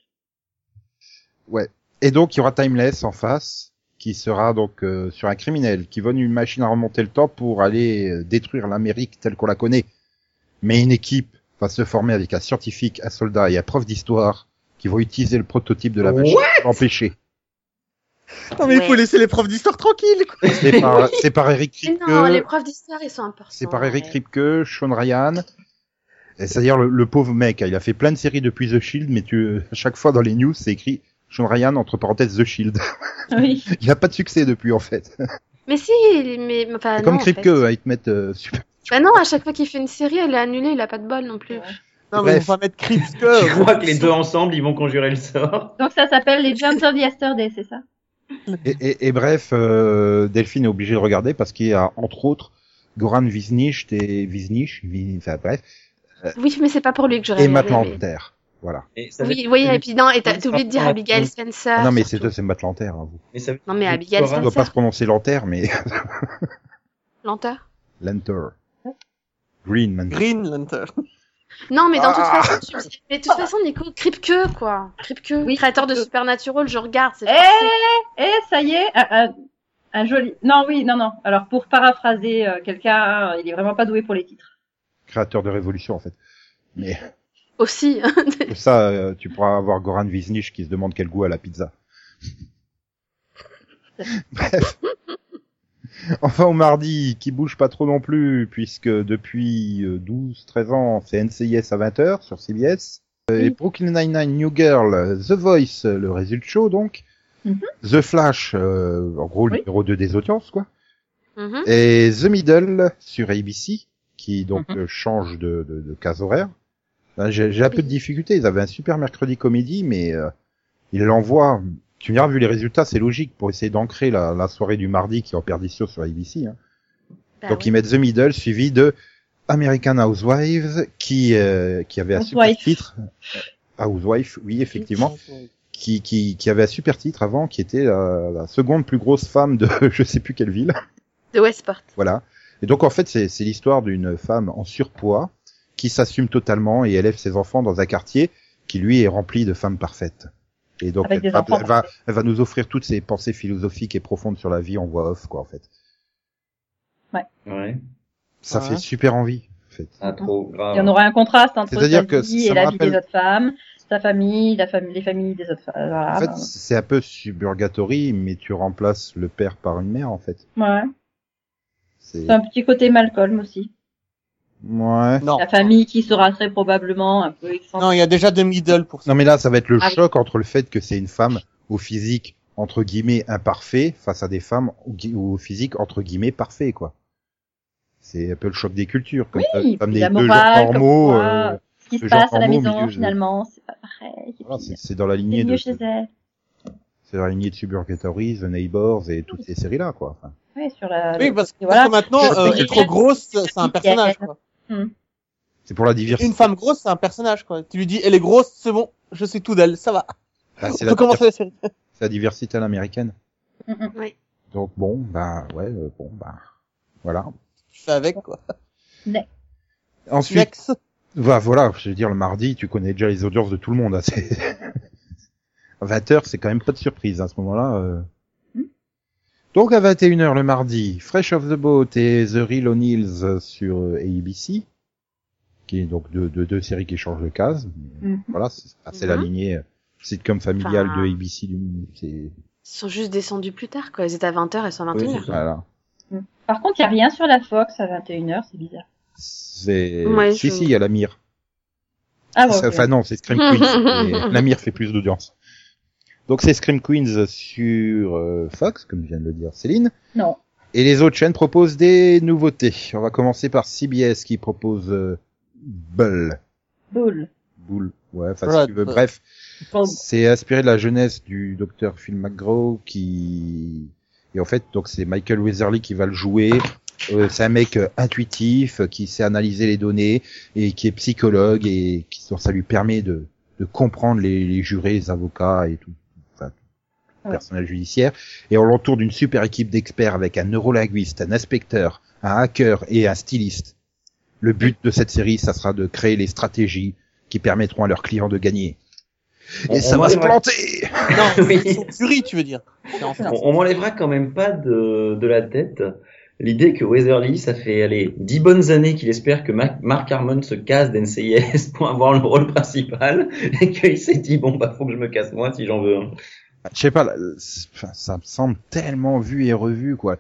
Et donc, il y aura Timeless en face, qui sera donc euh, sur un criminel, qui vole une machine à remonter le temps pour aller euh, détruire l'Amérique telle qu'on la connaît. Mais une équipe va se former avec un scientifique, un soldat et un prof d'histoire qui vont utiliser le prototype de la machine pour l'empêcher. Non, mais il faut Ouais. laisser les profs d'histoire tranquilles, quoi. C'est par, c'est par Eric Mais Kripke, non, les profs d'histoire, ils sont importants. c'est par Eric Ouais. Kripke, Sean Ryan. Et C'est-à-dire le, le pauvre mec, hein, il a fait plein de séries depuis The Shield, mais tu, euh, à chaque fois dans les news, c'est écrit Sean Ryan entre parenthèses The Shield. Oui. il n'a pas de succès depuis en fait. Mais si, il- mais C'est enfin. Bah non, comme en fait. Kripke, hein, ils te mettent euh, super. Bah non, à chaque fois qu'il fait une série, elle est annulée, il a pas de bol non plus. Ouais. Non, mais Bref. on va mettre Kripke. Euh, Tu crois que les deux ensemble, ils vont conjurer le sort Donc ça s'appelle les Jumps of Yesterday, c'est ça Et, et- et bref, euh, Delphine est obligée de regarder parce qu'il y a entre autres Goran Visnicht et Visnicht, Vi- enfin bref, Oui, mais c'est pas pour lui que je et regardé. Matt Lanter. Voilà. Et ça veut Oui, dire oui, que- et puis non, et t'as t'as oublié de dire Ah, Abigail oui. Spencer. Ah non mais c'est surtout. Ah, c'est Matt Lanter. Hein, vous. Mais ça veut Non, mais dire que Abigail On Goran- doit Spencer. pas se prononcer Lanter, mais Lenteur. Lanter. Green Man. Green Lantern. Non, mais dans toute Ah. façon, tu le sais. Mais de toute façon, Nico, Kripke, quoi. Kripke, Oui, créateur de Kripke. Supernatural, je regarde. c'est Eh forcé. Eh, ça y est, un, un- un joli... Non, oui, non, non. Alors, pour paraphraser euh, quelqu'un, il est vraiment pas doué pour les titres. créateur de Révolution en fait. Mais Aussi. comme ça, euh, tu pourras avoir Goran Visnich qui se demande quel goût a la pizza. Bref. Enfin, au mardi, qui bouge pas trop non plus, puisque depuis euh, 12-13 ans, c'est NCIS à 20h sur CBS. Euh, Et Brooklyn Nine-Nine, New Girl, euh, The Voice, euh, le résultat show donc. Mhm. The Flash, euh, en gros le Oui. numéro 2 des audiences quoi. Mhm. Et The Middle sur ABC, qui donc euh, change de, de, de case horaire. Ben, J'ai j'ai un peu de difficulté. Ils avaient un super mercredi comédie, mais euh, ils l'envoient. Tu me diras, vu les résultats, c'est logique pour essayer d'ancrer la, la soirée du mardi qui est en perdition sur ABC. hein. Bah donc ouais. ils mettent The Middle suivi de American Housewives, qui euh, qui avait un super Housewife. titre. Euh, Housewife, oui effectivement, qui, qui qui avait un super titre avant, qui était la, la seconde plus grosse femme de je sais plus quelle ville. De Westport. Voilà. Et donc en fait, c'est c'est l'histoire d'une femme en surpoids qui s'assume totalement et élève ses enfants dans un quartier qui lui est rempli de femmes parfaites. Et donc Avec elle, des va, enfants elle va, elle va nous offrir toutes ses pensées philosophiques et profondes sur la vie en voix off, quoi, en fait. Ouais. Ça Ah. Ouais. fait super envie, en fait. Ah, trop grave. Il y en aura un contraste entre C'est-à-dire sa que ça vie et me la vie rappelle- des autres femmes, sa famille, la famille, les familles des autres femmes. Voilà. En fait, c'est un peu suburgatory, mais tu remplaces le père par une mère, en fait. Ouais. C'est C'est un petit côté Malcolm aussi. ouais. Non. La famille qui sera très probablement un peu excentrique. Non, il y a déjà des middle pour ça. Non mais là, ça va être le Ah oui. choc entre le fait que c'est une femme au physique entre guillemets imparfait face à des femmes au, gui- au physique entre guillemets parfait quoi. C'est un peu le choc des cultures comme, ça, Oui, Euh, comme puis des la deux morale, genres comme hormaux. quoi, euh, ce qui se le genre passe à la hormaux au maison milieu de- finalement, c'est pas pareil. Et voilà, puis, Ah c'est c'est dans la c'est lignée mieux de chez elle. c'est dans la lignée de Suburgatory, The Neighbors et toutes ces séries là quoi. Enfin, Oui, sur la. Oui, parce que Ah, voilà. maintenant, Je sais euh, que- être trop grosse, c'est un personnage. Quoi. c'est pour la diversité. Une femme grosse, c'est un personnage. Quoi. Tu lui dis, elle est grosse, c'est bon, je sais tout d'elle, ça va. Enfin, ah, c'est On la, peut commencer la série. diver- c'est la diversité à l'américaine. Mhm. Oui. Donc bon bah ouais euh, bon bah voilà. Je fais avec quoi. Ensuite Next. Bah, voilà, je veux dire, le mardi, tu connais déjà les audiences de tout le monde. Hein, 20h, c'est quand même pas de surprise hein, à ce moment-là. euh. Hmm. Donc à 21h le mardi, Fresh of the Boat et The Real O'Neills euh, sur euh, ABC, qui est donc deux, deux, deux séries qui changent de case. mais Mhm. Voilà, c'est ah, c'est la Mhm. lignée euh, sitcom familiale Enfin. de ABC. du- c'est- Ils sont juste descendus plus tard, quoi. Ils étaient à 20h, ils sont à Oui, 21h. c'est ça. Voilà. Par contre, il n'y a rien sur la Fox à 21h, c'est bizarre. C'est Ouais, si je- si, il y a la mire. Ah bon. Ça- Enfin non, c'est Scream Queens. mais la mire fait plus d'audience. Donc c'est Scream Queens sur euh, Fox, comme vient de le dire Céline. Non. Et les autres chaînes proposent des nouveautés. On va commencer par CBS qui propose euh, Bull. Boule. Boule. Ouais, enfin si Right. tu veux. Bref, Bon. c'est inspiré de la jeunesse du docteur Phil McGraw qui et en fait donc c'est Michael Weatherly qui va le jouer. Euh, c'est un mec euh, intuitif euh, qui sait analyser les données et qui est psychologue et qui donc, ça lui permet de, de comprendre les, les jurés, les avocats et tout, enfin, tout le Ouais. personnel judiciaire. Et on l'entoure d'une super équipe d'experts avec un neurolinguiste, un inspecteur, un hacker et un styliste. Le but de cette série, ça sera de créer les stratégies qui permettront à leurs clients de gagner. On- on m'enlèvera- planter Non, Oui. c'est Fury, tu veux dire. C'est en France. On, on m'enlèvera quand même pas de, de la tête l'idée que Weatherly, ça fait allez, dix bonnes années qu'il espère que Mac- Mark Harmon se casse d'NCIS pour avoir le rôle principal et qu'il s'est dit bon bah faut que je me casse moi si j'en veux hein. un. Je sais pas, là, c'est- enfin, ça me semble tellement vu et revu, quoi.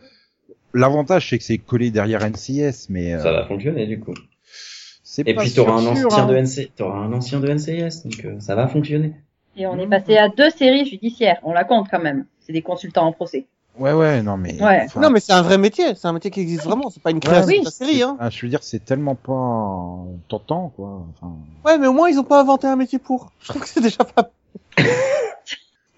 L'avantage, c'est que c'est collé derrière NCS, mais euh, Ça va fonctionner du coup. c'est Et pas puis t'auras un sûr, ancien hein. de NC, t'auras un ancien de NCIS donc euh, ça va fonctionner. Et on est Mmh. passé à deux séries judiciaires. On la compte quand même. C'est des consultants en procès. Ouais, ouais, non, mais... Ouais. enfin, Non, mais c'est un vrai métier. C'est un métier qui existe vraiment. C'est pas une création Ouais, de la série, hein. ah, je veux dire, c'est tellement pas tentant, quoi. Enfin, Ouais, mais au moins, ils ont pas inventé un métier pour. Je trouve que c'est déjà pas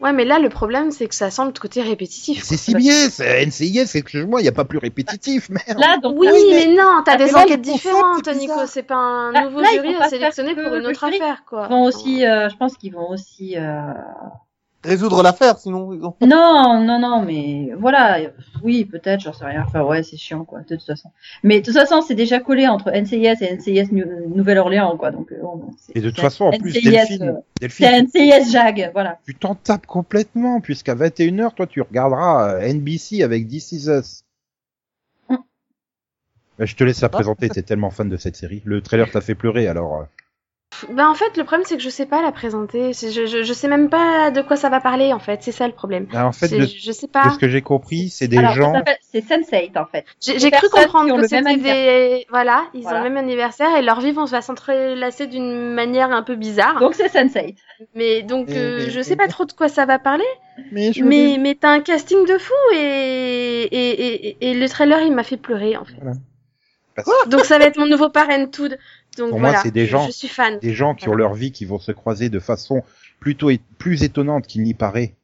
Ouais, mais là, le problème, c'est que ça semble de côté répétitif. c'est CBS, euh, NCIS, excuse-moi, il y a pas plus répétitif, merde. Là, donc, Oui, là, oui, mais non, t'as Ah, mais des là, le enquêtes concept, différentes, c'est bizarre. Nico. C'est pas un Là- nouveau Bah, là, ils jury vont pas sélectionné faire pour que une le autre jury. affaire, quoi. ils vont aussi, euh, je pense qu'ils vont aussi. euh, résoudre l'affaire, sinon. ils ont- Non, non, non, mais voilà. Oui, peut-être, j'en sais rien. Enfin, ouais, c'est chiant, quoi, de toute façon. Mais de toute façon, c'est déjà collé entre NCIS et NCIS Nou- Nouvelle-Orléans, quoi. Donc, euh, bon, c'est- Et de toute c'est- façon, en plus, NCIS, Delphine, euh, Delphine, C'est un NCIS JAG, voilà. tu t'en tapes complètement, puisqu'à 21h, toi, tu regarderas euh, NBC avec This Is Us. Mm. Bah, je te laisse la présenter, t'es tellement fan de cette série. Le trailer t'a fait pleurer, alors... euh, Ben, en fait, le problème, c'est que je sais pas la présenter. C'est- Je, je, je sais même pas de quoi ça va parler, en fait. C'est ça le problème. ah, en fait, C'est- de, je, je sais de pas. ce que j'ai compris, c'est des Alors, ça gens... s'appelle- c'est Sense8, en fait. J'ai les j'ai cru personnes qui comprendre ont que le même c'était des. Voilà, ils Voilà. ont le même anniversaire et leur vie vont va s'entrelacer d'une manière un peu bizarre. Donc, c'est Sense8. mais donc, Et- euh, et- je et- sais pas trop de quoi ça va parler. Mais je Mais, mais t'as un casting de fou et, et, et, et le trailer il m'a fait pleurer en fait. Voilà. Parce- Donc ça va être mon nouveau Parenthood. Donc Pour moi, voilà, c'est des je- gens- je suis fan. des gens qui ont leur vie qui vont se croiser de façon plutôt et plus étonnante qu'il n'y paraît.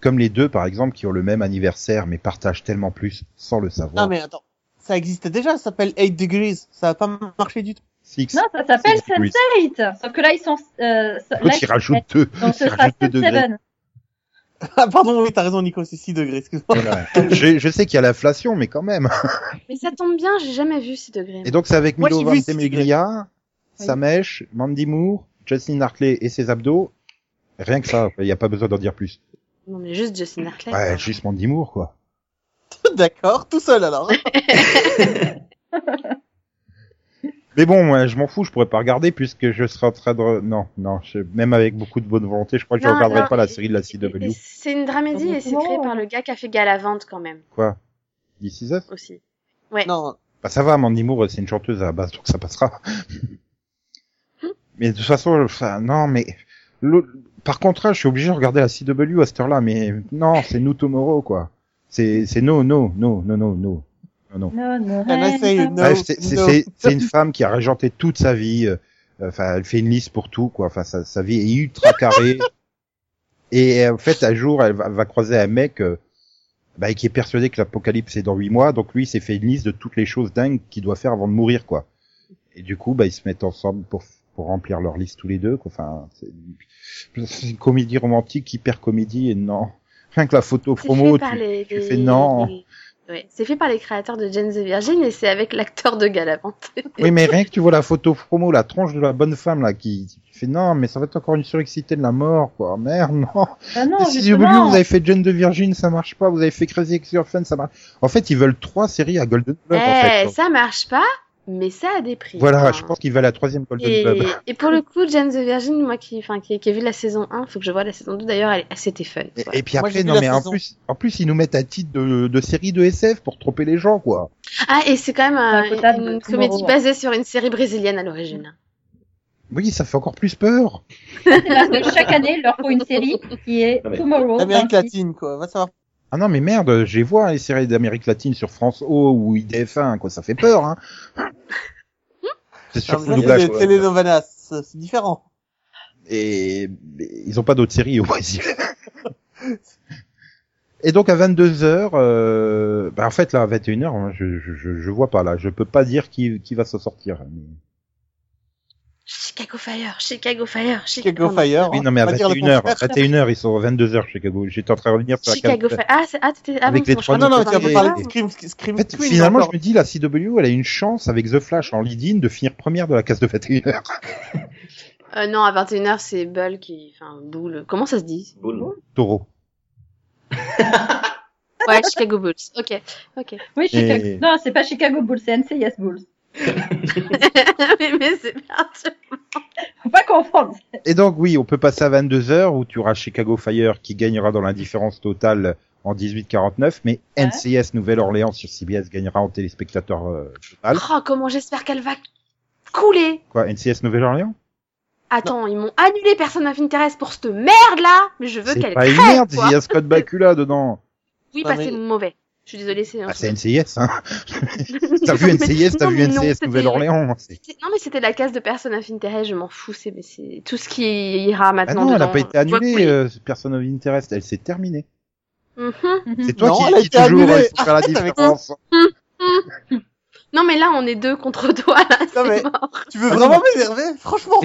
Comme les deux, par exemple, qui ont le même anniversaire, mais partagent tellement plus sans le savoir. Non, mais attends. Ça existait déjà, ça s'appelle 8 Degrees. Ça a pas marché du tout. Six. Non, ça s'appelle Six degrees. Sense8. Sauf que là, ils sont. Euh, ça- là, L'autre, il rajoute deux. donc, ce il sera rajoute deux degrés. Sense7. Ah, pardon, oui, t'as raison, Nico, c'est 6 degrés, excuse-moi. Voilà. je, je sais qu'il y a l'inflation, mais quand même. Mais ça tombe bien, j'ai jamais vu ces degrés. Et donc, c'est avec Moi, j'ai Milo vu Van Six Degrees. Temeglia, Oui. Samesh, Mandy Moore, Justin Hartley et ses abdos. Rien que ça, il n'y a pas besoin d'en dire plus. Non mais juste Justin Hartley. Ouais, juste Mandy Moore, quoi. D'accord, tout seul alors. Mais bon, moi, je m'en fous, je pourrais pas regarder puisque je serais en train de... re- Non, non, je- même avec beaucoup de bonne volonté, je crois que je Non, regarderai non, pas la et- série de la Et CW. C'est une dramédie et c'est créé par le gars qui a fait Galavante quand même Quoi This is Us aussi. non, Bah ça va, Mandy Moore, c'est une chanteuse à la base, donc ça passera. mais de toute façon, enfin, non, mais... l'autre- Par contrat, je suis obligé de regarder la CW à cette heure-là, mais non, c'est nous tomorrow, quoi. C'est c'est no, no, no, no, no, no. Non, non, Ah, Can bah, I say non. no, Ouais, c'est- c'est no. c'est- c'est une femme qui a régenté toute sa vie. euh, Enfin, elle fait une liste pour tout, quoi. Enfin, sa, sa vie est ultra carrée. Et euh, en fait, un jour, elle va, va croiser un mec euh, bah, qui est persuadé que l'apocalypse est dans huit mois. Donc lui, il s'est fait une liste de toutes les choses dingues qu'il doit faire avant de mourir, quoi. Et du coup, bah, ils se mettent ensemble pour pour remplir leur liste tous les deux. Quoi. Enfin, c'est c'est une comédie romantique hyper comédie. Et non, rien que la photo C'est promo, tu, fait par les, tu les- fais non. les- Ouais, c'est fait par les créateurs de Jane the Virgin et c'est avec l'acteur de Galavante. Oui, mais rien que tu vois la photo promo, la tronche de la bonne femme, là, qui qui fait non, mais ça va être encore une surexcitée de la mort, quoi. Merde, non. Ah non, si justement. vous avez fait Jane de Virgin, ça marche pas. Vous avez fait Crazy Ex-Girlfriend, ça marche. En fait, ils veulent trois séries à Golden Globe, Eh, en fait. ça marche pas mais ça a des prix. Voilà, quoi. je pense qu'il va à la troisième Golden Et, Globe. et pour le coup, Jane the Virgin, moi qui, enfin, qui, qui ai vu la saison 1, faut que je vois la saison 2 d'ailleurs, elle, elle, c'était fun. Et, quoi. et puis Moi, après, j'ai vu non la mais en saison. plus, en plus ils nous mettent un titre de, de série de SF pour tromper les gens quoi. Ah, et c'est quand même Un euh, potable de une Tomorrow, comédie hein. basée sur une série brésilienne à l'origine. Oui, ça fait encore plus peur. Parce que chaque année, il leur faut une série qui est Ah, Non, mais- Tomorrow. L'Amérique 26. latine, quoi. Va savoir. Ah non mais merde, j'ai vois les séries d'Amérique latine sur France O ou IDF1 quoi, ça fait peur hein. C'est Ah, sur mais le ça, doublage, C'est des quoi. telenovelas, c'est c'est différent. et mais ils ont pas d'autres séries au Brésil. Et donc à 22 heures, euh, bah en fait là à 21 heures, hein, je, je, je je vois pas là, je peux pas dire qui, qui va s'en sortir. Chicago Fire, Chicago Fire, Chicago Chicago, Fire. Oui hein. non mais à On va dire le 21 heures, contraire. Ah, 21 heures ils sont à 22 heures Chicago. J'étais en train de revenir sur la Chicago qualité. Fire. Ah, c'est- ah, t'étais ah, Avec bon, les bon, je trois Ah non, crois non, que tu as t'étais Et- dans pas les parlé bars. des Scream, Scream En fait, Queen, finalement, encore. je me dis, la CW, elle a une chance avec The Flash en lead-in de finir première de la case de 21h. Euh, non, à 21h, c'est Bull qui. Enfin, Bull. Comment ça se dit Boule. Taureau. Ouais, Chicago Bulls. Ok, ok. Oui, Chicago. Et- Non, c'est pas Chicago Bulls, c'est NCIS Bulls. mais mais c'est merde. Faut pas confondre. Et donc, oui, on peut passer à 22h où tu auras Chicago Fire qui gagnera dans l'indifférence totale en 18-49, mais Ouais. NCS Nouvelle-Orléans sur CBS gagnera en téléspectateur euh, total. Oh, comment j'espère qu'elle va couler. Quoi, NCS Nouvelle-Orléans Attends, ils m'ont annulé Personne of Interest pour cette merde là. Mais je veux C'est qu'elle pas crève. une merde, quoi. il y a Scott Bakula dedans. Oui, Non, bah mais- c'est mauvais. Je suis désolée, c'est. un Ah, truc- c'est NCS, hein. T'as vu NCS, t'as Non, vu mais non, NCS c'était- Nouvelle-Orléans. hein, c'est- C'est- Non mais c'était la case de Person of Interest, je m'en fous, c'est mais c'est tout ce qui ira Ah maintenant non, elle dedans. n'a pas été je vois annulée, couler. euh, Person of Interest, elle s'est terminée. Mhm. C'est toi Non, qui elle a dis été toujours, annulée. il faut faire la Arrête avec- différence. Non mais là on est deux contre toi là, Non, mais- c'est mort. Tu veux vraiment m'énerver Franchement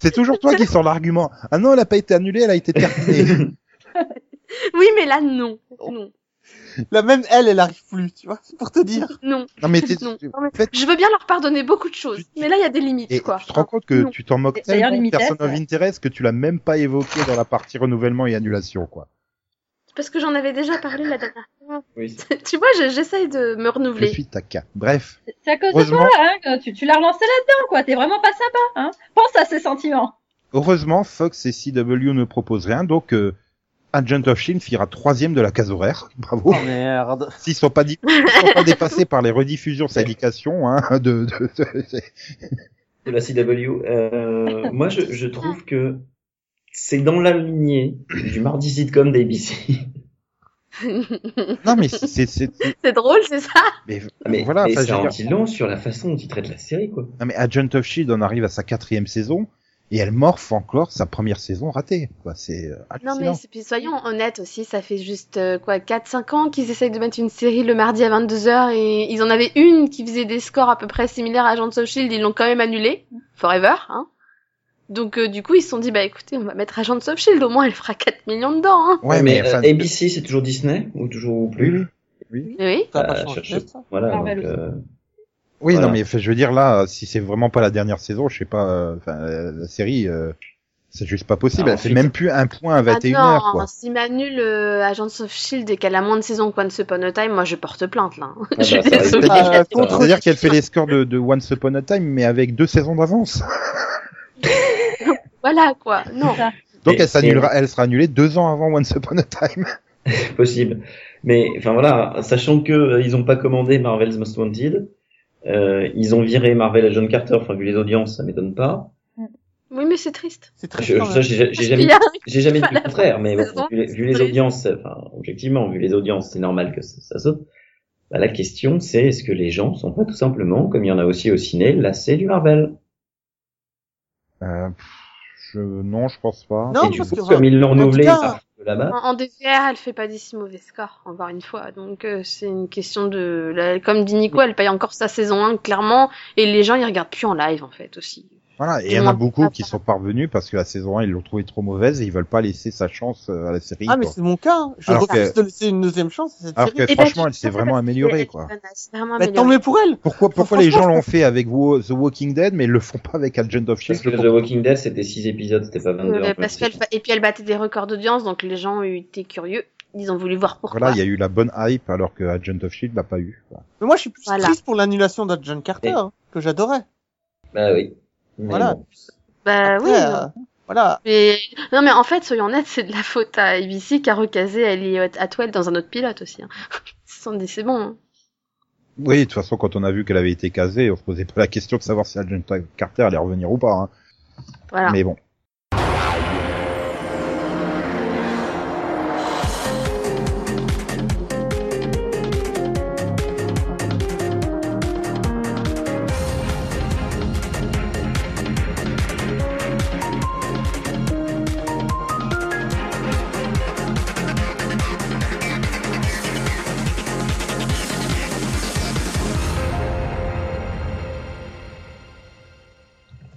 C'est toujours toi qui sors l'argument. Ah non, elle a pas été annulée, elle a été terminée. Oui mais là non, non, La même elle, elle arrive plus, tu vois, c'est pour te dire. non. non mais t'es- Non. en fait, Je veux bien leur pardonner beaucoup de choses, mais là il y a des limites et quoi. tu te rends compte que Non. tu t'en moques D'ailleurs, tellement de limite, personne of ouais. interest que tu l'as même pas évoqué dans la partie renouvellement et annulation quoi. Parce que j'en avais déjà parlé la dernière fois. Oui. tu vois, je- j'essaye de me Je renouveler. suis taca. Bref, C'est à cause de Heureusement. toi, hein, que tu, tu l'as relancé là-dedans, quoi. T'es vraiment pas sympa, hein. Pense à ces sentiments. heureusement Fox et CW ne proposent rien donc euh, Agent of Shield fera troisième de la case horaire. Bravo. merde. S'ils sont pas, dit- s'ils sont pas dépassés par les rediffusions syndication hein, de, de- de- de la CW. Euh, moi, je, je trouve que c'est dans la lignée du mardi sitcom d'ABC. non mais c'est, c'est, c'est- C'est drôle, c'est ça mais, Mais voilà. et enfin, je c'est veux un dire- petit long sur la façon dont ils traitent la série, quoi. Non mais Agent of Shield E en arrive à sa quatrième saison et elle morphe encore sa première saison ratée. Quoi, c'est euh, Non hallucinant. mais c'est- puis soyons honnêtes aussi, ça fait juste euh, quoi 4-5 ans qu'ils essayent de mettre une série le mardi à 22h et ils en avaient une qui faisait des scores à peu près similaires à Agents of Shield, ils l'ont quand même annulée, forever hein. Donc euh, du coup ils se sont dit bah écoutez on va mettre Agents of Shield au moins elle fera 4 millions dedans hein. Ouais, mais, euh, enfin, ABC, c'est toujours Disney ou toujours ou plus. Oui, Oui. Ça a Euh, pas changé, je- je- ça Voilà. Marvel donc, aussi. euh, oui, Voilà. non mais enfin, je veux dire là, si c'est vraiment pas la dernière saison, je sais pas, euh, enfin, euh, la série, euh, c'est juste pas possible. Ah, elle fait ensuite- même plus un point à 21 ah heures, non, quoi. s'ils m'annulent euh, Agents of Shield et qu'elle a moins de saison que Once Upon a Time, moi je porte plainte là. hein. Ah bah, je suis ça risque désolée. d'être- Ah, contre- C'est-à-dire qu'elle fait les scores de, de Once Upon a Time, mais avec deux saisons d'avance. Voilà quoi. Non. Ça. Donc Et- elle s'annulera, elle sera annulée deux ans avant Once Upon a Time. c'est possible. Mais enfin voilà, sachant que euh, ils ont pas commandé Marvel's Most Wanted, euh, ils ont viré Marvel à John Carter. Enfin vu les audiences, ça m'étonne pas. Oui mais c'est triste. C'est très Je- Ah, quand ça, même. j'ai j'ai Parce jamais qu'il y a J'ai jamais dit Voilà, le contraire, mais bon, saison, vu, les, vu c'est les triste. audiences, enfin, objectivement, vu les audiences, c'est normal que ça, ça saute. Bah, la question, c'est est-ce que les gens sont pas tout simplement, comme il y en a aussi au ciné, lassés du Marvel Euh, pff, je, non, je pense pas. Non, Et du parce coup, que comme ils l'ont tout renouvelé cas- par de là-bas, En, en DVR, elle fait pas des si mauvais scores, encore une fois. Donc euh, c'est une question de, la- comme dit Nico, elle paye encore sa saison 1 clairement, et les gens ils regardent plus en live en fait aussi. Voilà, et il y Tout le en a monde beaucoup passe qui par sont parvenus parce que la saison 1, ils l'ont trouvée trop mauvaise et ils veulent pas laisser sa chance euh, à la série. Ah, mais quoi. c'est mon cas. hein. Je Alors refuse que- de laisser une deuxième chance à cette Alors série. que Et franchement, elle s'est vraiment améliorée, quoi. Bah, Vraiment Mais tant améliorée. mieux pour elle. Pourquoi, pourquoi les gens franchement, l'ont fait avec Wo- The Walking Dead, mais ils le font pas avec Agent of Shield je parce que The comprends. Walking Dead, c'était 6 épisodes, c'était pas hein, 22. Euh, en fait. parce qu'elle fa- et puis elle battait des records d'audience, donc les gens étaient curieux. Ils ont voulu voir pourquoi. Voilà, il y a eu la bonne hype alors que Agent of Shield E l'a pas eu. quoi. Mais moi, je suis plus Voilà. triste pour l'annulation d'Agent Carter, Et- hein, que j'adorais. Bah oui. Mais Voilà. bon. Ah, Bah Après, oui. euh, voilà. Mais non, mais en fait, soyons honnêtes, c'est de la faute à ABC qui a recasé Elliot Atwell dans un autre pilote aussi. Hein. Ils se sont dit, c'est bon. hein. Oui, de toute façon, quand on a vu qu'elle avait été casée, on se posait pas la question de savoir si Agent Carter allait revenir ou pas. hein. Voilà. Mais bon.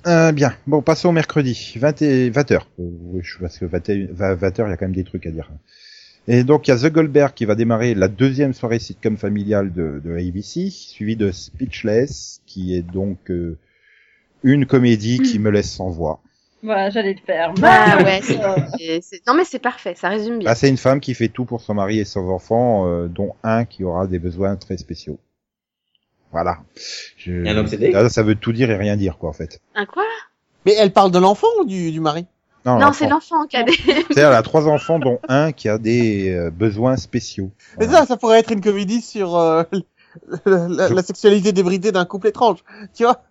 Euh, bien. Bon, passons au mercredi. 20 et 20 heures. Euh, oui, je- parce que 21 va- 20 heures, il y a quand même des trucs à dire. Et donc, il y a The Goldberg qui va démarrer la deuxième soirée sitcom familiale de, de ABC, suivie de Speechless, qui est donc euh, une comédie qui me laisse sans voix. Voilà, j'allais le faire. Bah ouais. c'est- c'est- c'est- Non, mais c'est parfait. Ça résume bien. Bah, c'est une femme qui fait tout pour son mari et ses enfants, euh, dont un qui aura des besoins très spéciaux. Voilà. Je- Et un obsédé Là, ça veut tout dire et rien dire, quoi, en fait. Un quoi Mais elle parle de l'enfant ou du, du mari Non, l'enfant. c'est l'enfant qui a des. C'est-à-dire, elle a trois enfants, dont un qui a des euh, besoins spéciaux. Mais Voilà. ça, ça pourrait être une comédie sur euh, la, la- Je- la sexualité débridée d'un couple étrange. Tu vois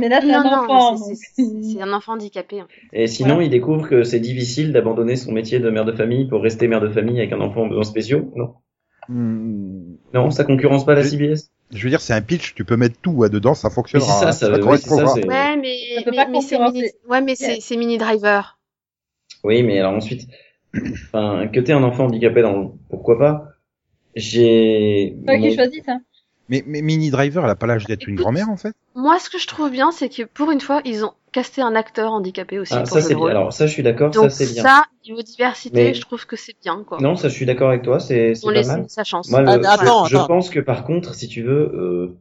Mais là, c'est Non, un non, enfant. c'est- donc. c'est- C'est un enfant handicapé. en fait. Et sinon, il découvre que c'est difficile d'abandonner son métier de mère de famille pour rester mère de famille avec un enfant en besoins spéciaux. Non. Hmm, Non, ça concurrence pas la Oui. CBS. Je veux dire, c'est un pitch, tu peux mettre tout hein, dedans, ça Mais fonctionnera. c'est hein. ça, ça, va oui, correct c'est ça, programme. c'est- Ouais, mais, Ça peut mais, pas mais c'est mini... concurrencer. ouais, mais c'est c'est mini driver. Oui, mais alors ensuite, enfin, que t'aies un enfant handicapé dans, le- pourquoi pas? J'ai, Toi mon- qui choisis ça. Mais, mais Mini Driver, elle a pas l'âge d'être une Écoute. grand-mère, en fait. Moi, ce que je trouve bien, c'est que pour une fois, ils ont casté un acteur handicapé aussi Ah, pour ça ce c'est bien. rôle. Alors ça, je suis d'accord, ça Donc c'est bien. ça, niveau diversité, Mais- je trouve que c'est bien quoi. Non, ça, je suis d'accord avec toi, c'est, c'est On pas laisse mal. sa chance. Euh, Moi, le- Ah, mais attends, je, je attends. pense que par contre, si tu veux, euh,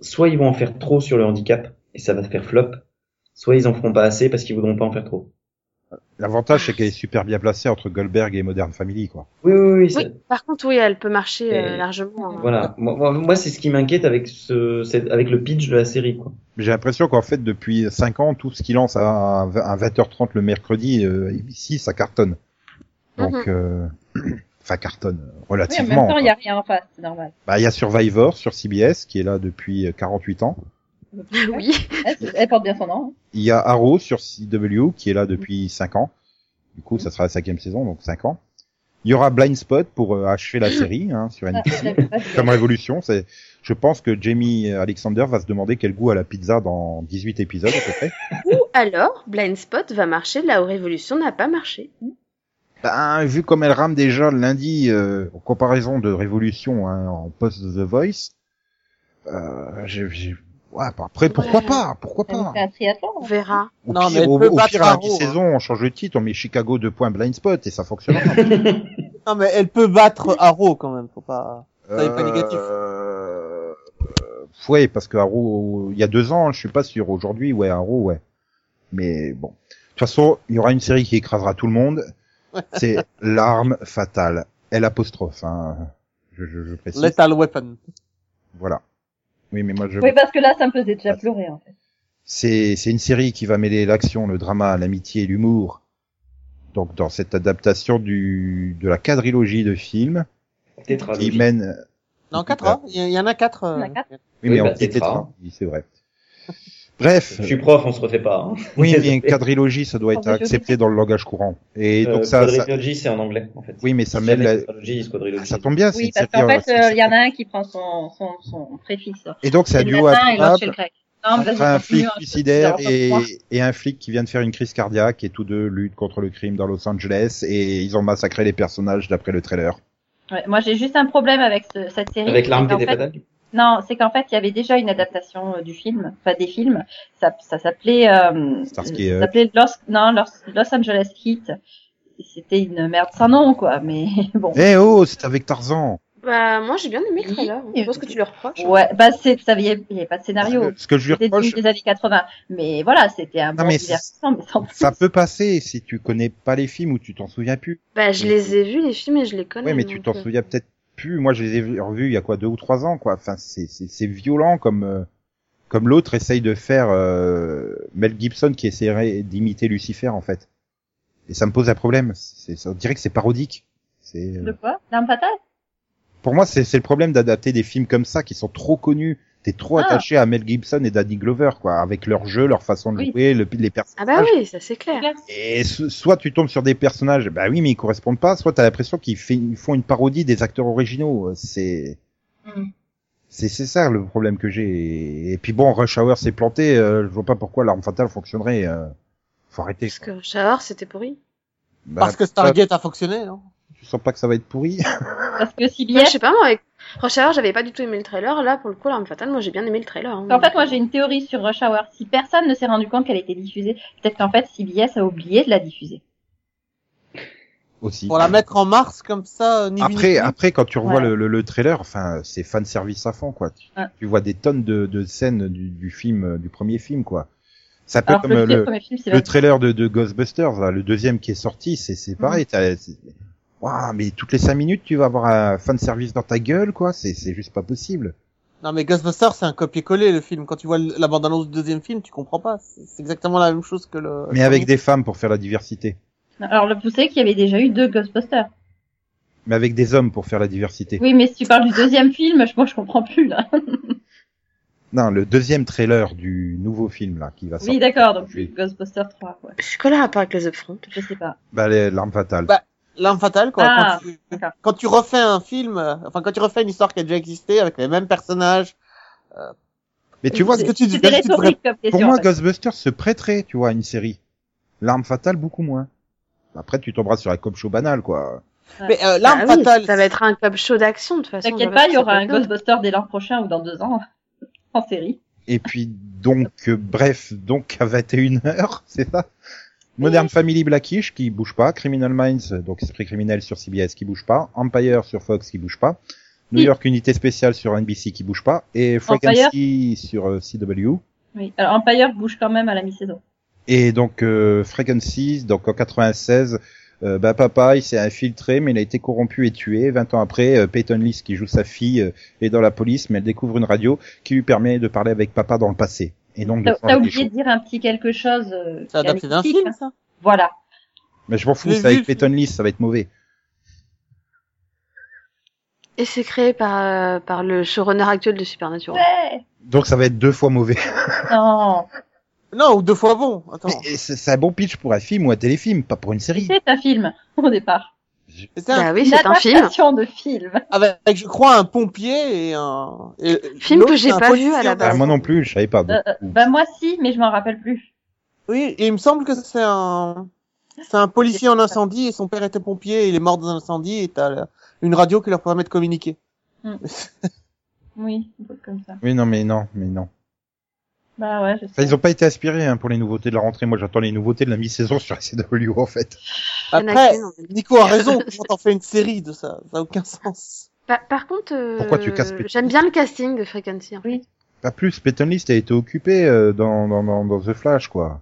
soit ils vont en faire trop sur le handicap et ça va faire flop, soit ils en feront pas assez parce qu'ils voudront pas en faire trop. L'avantage, c'est qu'elle est super bien placée entre Goldberg et Modern Family, quoi. Oui, oui, oui. ça- Oui, par contre, oui, elle peut marcher euh, Et- largement. hein. Voilà. Moi, moi, moi, c'est ce qui m'inquiète avec ce, cette- avec le pitch de la série, quoi. J'ai l'impression qu'en fait, depuis 5 ans, tout ce qu'il lance à, à 20h30 le mercredi, euh, ici, ça cartonne. Donc, Mhm. euh, enfin, cartonne, euh, Oui, en relativement. même temps, quoi. il n'y a rien en face, c'est normal. Bah, il y a Survivor sur CBS, qui est là depuis euh, 48 ans. oui. Elle, elle porte bien son nom. Il y a Arrow sur CW, qui est là depuis 5 ans. Du coup, ça sera la cinquième saison, donc 5 ans. Il y aura Blind Spot pour euh, achever la série, hein, sur Ah, NBC. je l'avais pas vu. Comme révolution, c'est, je pense que Jamie Alexander va se demander quel goût a la pizza dans 18 épisodes, à peu près. Ou alors, Blind Spot va marcher là où Révolution n'a pas marché. Ben, vu comme elle rame déjà le lundi, euh, en comparaison de Révolution hein, en post The Voice, euh, j'ai, j'ai- ouais, bah, après, pourquoi Ouais. pas, pourquoi Elle nous pas fait un triathlon. On verra. Au Non, mais pire, elle au, peut au battre pire, à la Arrow, hein. saison, on change le titre, on met Chicago 2 points blind spot et ça fonctionnera. Non, mais elle peut battre Arrow quand même, faut pas. Ça n'est pas négatif. euh... Ouais, parce que Arrow, il y a deux ans, je suis pas sûr. Aujourd'hui, ouais, Arrow, ouais. Mais bon. De toute façon, il y aura une série qui écrasera tout le monde. C'est l'arme fatale. L apostrophe, hein. Je, je, je précise. Lethal Weapon. Voilà. Oui, mais moi je. Oui, parce que là, ça me faisait déjà pleurer. En fait. C'est c'est une série qui va mêler l'action, le drama, l'amitié et l'humour. Donc dans cette adaptation du de la quadrilogie de films qui Tétralogie. mène. Non, quatre, hein. Il y, y en a quatre. Il y en a euh, quatre. Oui, Oui, mais bah, en titre, tétra. tétra. Oui, c'est vrai. Bref, Je suis prof, on se refait pas. hein. oui, mais une quadrilogie, ça doit être Quadrilogie. accepté dans le langage courant. Et Euh, donc ça, ça- quadrilogie, c'est en anglais, en fait. oui, mais ça Si mêle jamais la- quadrilogie, c'est quadrilogie. Ça tombe bien, Ah, c'est Oui, une parce satire- qu'en fait, c'est- euh, il y en a un qui prend son, son, son préfixe. Et donc c'est un C'est le duo latin et l'autre, c'est admirable le grec. Non, mais vas-y, entre un continue, flic hein, je te suicidaire dis, et, alors, et un flic qui vient de faire une crise cardiaque et tous deux luttent contre le crime dans Los Angeles et ils ont massacré les personnages d'après le trailer. Ouais, moi, j'ai juste un problème avec ce- cette série. Avec l'arme c'est qu'en pété fait- patate. Non, c'est qu'en fait, il y avait déjà une adaptation euh, du film, enfin des films. Ça, ça s'appelait, euh, Starsky et ça s'appelait Los, non, Los, Los Angeles Heat. C'était une merde sans nom, quoi. Mais bon. Eh oh, c'est avec Tarzan Bah, moi, j'ai bien aimé le trailer. hein. Je pense que tu le reproches. Ouais, bah c'est, ça, il n'y avait pas de scénario. Ce que je lui C'était reproche, des années 80. Mais voilà, c'était un Non, bon mais divertissement, mais sans plus. ça peut passer si tu connais pas les films ou tu t'en souviens plus. Bah, je les ai vus, les films, et je les connais. Ouais, mais tu donc, t'en euh, souviens peut-être plus. Moi, je les ai revus il y a quoi deux ou trois ans, quoi. Enfin, c'est c'est c'est violent comme euh, comme l'autre essaye de faire euh, Mel Gibson qui essaierait d'imiter Lucifer en fait. Et ça me pose un problème. C'est ça, on dirait que c'est parodique. C'est euh, De quoi L'arme fatale pour moi c'est c'est le problème d'adapter des films comme ça qui sont trop connus. T'es trop Ah. attaché à Mel Gibson et Danny Glover quoi, avec leur jeu, leur façon de Oui. jouer, le, les personnages. Ah, bah oui, ça c'est clair. Et so- soit tu tombes sur des personnages, bah oui, mais ils correspondent pas. Soit t'as l'impression qu'ils fait- ils font une parodie des acteurs originaux. euh, C'est Mm. c'est c'est ça le problème que j'ai. Et puis bon, Rush Hour s'est planté. euh, je vois pas pourquoi l'arme fatale fonctionnerait. euh, faut arrêter. Parce que Shahor, c'était pourri. Bah, Parce que ça- Stargate a fonctionné, hein. non tu sens pas que ça va être pourri. Parce que si Ouais, bien. je sais pas, moi, avec Rush Hour, j'avais pas du tout aimé le trailer. Là, pour le coup, L'arme Fatale, moi, j'ai bien aimé le trailer. hein. En fait, moi, j'ai une théorie sur Rush Hour. Si personne ne s'est rendu compte qu'elle était diffusée, peut-être qu'en fait, CBS a oublié de la diffuser. Aussi. Pour la mettre en mars comme ça, euh, ni vu ni Après, connu. après, quand tu revois Voilà. le, le, le trailer, enfin, c'est fan service à fond, quoi. Tu, Ouais. tu vois des tonnes de, de scènes du, du film, euh, du premier film, quoi. Ça peut Alors que comme euh, le, le, premier film, c'est le vrai. trailer de, de Ghostbusters, là, le deuxième qui est sorti, c'est Mm. c'est pareil. t'as- c'est- Ouah, mais toutes les cinq minutes, tu vas avoir un fan service dans ta gueule, quoi. C'est c'est juste pas possible. Non mais Ghostbusters, c'est un copier-coller le film. Quand tu vois le- la bande-annonce du deuxième film, tu comprends pas. C'est c'est exactement la même chose que le. Mais avec des femmes pour faire la diversité. Alors, le poussé qu'il y avait déjà eu deux Ghostbusters. Mais avec des hommes pour faire la diversité. Oui, mais si tu parles du deuxième film, je, moi, je comprends plus, là. Non, le deuxième trailer du nouveau film, là, qui va sortir. Oui, d'accord. Donc, Oui. Ghostbusters 3, quoi. C'est quoi le rapport avec les Upfront Je sais pas. Bah, les- l'arme fatale. Bah, L'arme fatale, quoi. Ah, quand, tu, d'accord. quand tu refais un film, euh, enfin quand tu refais une histoire qui a déjà existé avec les mêmes personnages, mais tu vois, ce C'est- que tu dis, C'était ce que tu devrais- rhétorique comme question. pour moi, en fait. Ghostbusters se prêterait, tu vois, à une série. L'arme fatale, beaucoup moins. Après, tu tomberas sur la cop show banale, quoi. mais euh, l'arme Bah oui, fatale, Ça va être un club show d'action, de toute façon. T'inquiète on pas, va il y aura faire un plein de- Ghostbuster dès l'an prochain ou dans deux ans. En série. Et puis, donc, euh, bref, donc à 21h, c'est ça Modern Family Blackish qui bouge pas, Criminal Minds, euh, donc Esprit Criminel sur CBS qui bouge pas, Empire sur Fox qui bouge pas, New Oui. York Unité Spéciale sur NBC qui bouge pas, et Frequency sur euh, CW. Oui. Alors, Empire bouge quand même à la mi-saison. Et donc euh, Frequency, donc en 96, euh, bah papa il s'est infiltré mais il a été corrompu et tué. 20 ans après, euh, Peyton List qui joue sa fille euh, est dans la police mais elle découvre une radio qui lui permet de parler avec papa dans le passé. Et donc de T'as changer t'as les oublié choses. de dire un petit quelque chose. euh, c'est qui a adapté d'un l'éthique, film, hein. ça. Voilà. Mais je m'en fous, Les c'est avec Vulves. Peyton List, ça va être mauvais. Et c'est créé par, euh, par le showrunner actuel de Supernatural. Ouais. Donc ça va être deux fois mauvais. Non. Non ou deux fois bon. Attends. Mais c'est c'est un bon pitch pour un film ou un téléfilm, pas pour une série. C'est un film au départ. Mais c'est un- Bah oui, Une c'est un film. adaptation de film. avec, avec, je crois, un pompier et un. et- et Film l'autre, que j'ai c'est un pas vu à la policier en base. Ah, action. moi non plus, je savais pas. donc. Euh, euh, bah moi si, mais je m'en rappelle plus. Oui, et il me semble que c'est un. C'est un policier en incendie et son père était pompier et il est mort dans un incendie et t'as la- une radio qui leur permet de communiquer. Oui, un truc comme ça. Oui non mais non mais non. Bah ouais, je sais. Enfin, ils ont pas été aspirés hein, pour les nouveautés de la rentrée. Moi j'attends les nouveautés de la mi-saison sur la CW en fait. Il y en a Après, qu'une, en fait. Nico a raison, comment t'en fais une série de ça Ça n'a aucun sens. Par- par contre, euh, Pourquoi tu casses les- j'aime bien le casting de Frequency. hein. en fait. Pas plus, Peyton List a été occupé euh, dans, dans, dans, dans The Flash, quoi.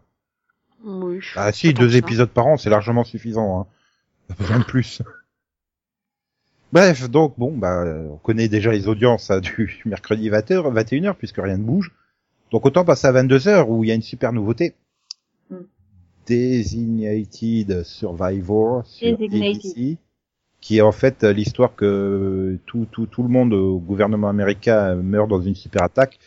Oui. Ah si, Autant que deux ça. épisodes par an, c'est largement suffisant. Hein. Pas besoin de plus. Bref, donc bon, bah, euh, on connaît déjà les audiences hein, du mercredi 20h, 21h, puisque rien ne bouge. Donc autant passer à 22h, où il y a une super nouveauté. Mm. Designated Survivor sur Designated. ABC, qui est en fait euh, l'histoire que tout, tout, tout le monde au gouvernement américain euh, meurt dans une super attaque.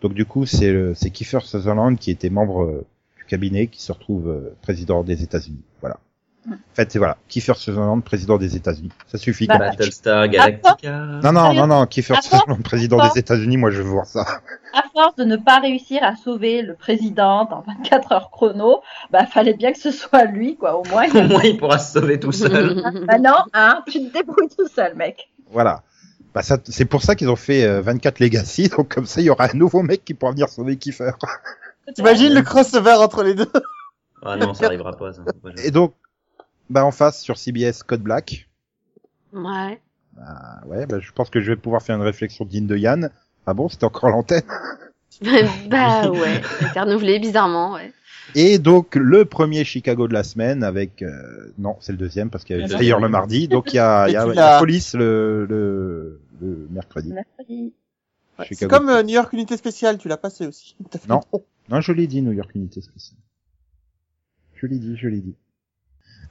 Donc du coup, c'est euh, c'est Kiefer Sutherland qui était membre euh, du cabinet qui se retrouve euh, président des États-Unis. Voilà. Hmm. En fait, c'est voilà, Kiefer Sutherland président des États-Unis. Ça suffit. Bah, comme pitch. Battlestar Galactica. Non, non, non, non, Kiefer Ah bon Sutherland, président Ah. des États-Unis, moi je veux voir ça. À force de ne pas réussir à sauver le président dans 24 heures chrono, bah fallait bien que ce soit lui quoi. Au moins. Au moins, il pourra se sauver tout seul. bah non, hein, tu te débrouilles tout seul, mec. Voilà. Bah, ça, c'est pour ça qu'ils ont fait euh, 24 Legacy, donc comme ça il y aura un nouveau mec qui pourra venir sauver Kiefer. T'imagines le crossover entre les deux Ah non, ça arrivera pas. Ça. Moi, je- Et donc, bah en face sur CBS Code Black, Ouais. Ah, ouais, bah, je pense que je vais pouvoir faire une réflexion digne de Yann. Ah bon, c'était encore l'antenne bah ouais, c'était renouvelé bizarrement, ouais. Et donc le premier Chicago de la semaine avec euh, non c'est le deuxième parce qu'il y avait Alors, d'ailleurs le mardi donc il y a, il y a- Mais tu il y a l'as- police le, le, le mercredi. Mercredi. Ouais, C'est Chicago. comme euh, New York Unité Spéciale, tu l'as passé aussi. T'as fait Non. trop. Non je l'ai dit New York Unité spéciale. Je l'ai dit je l'ai dit.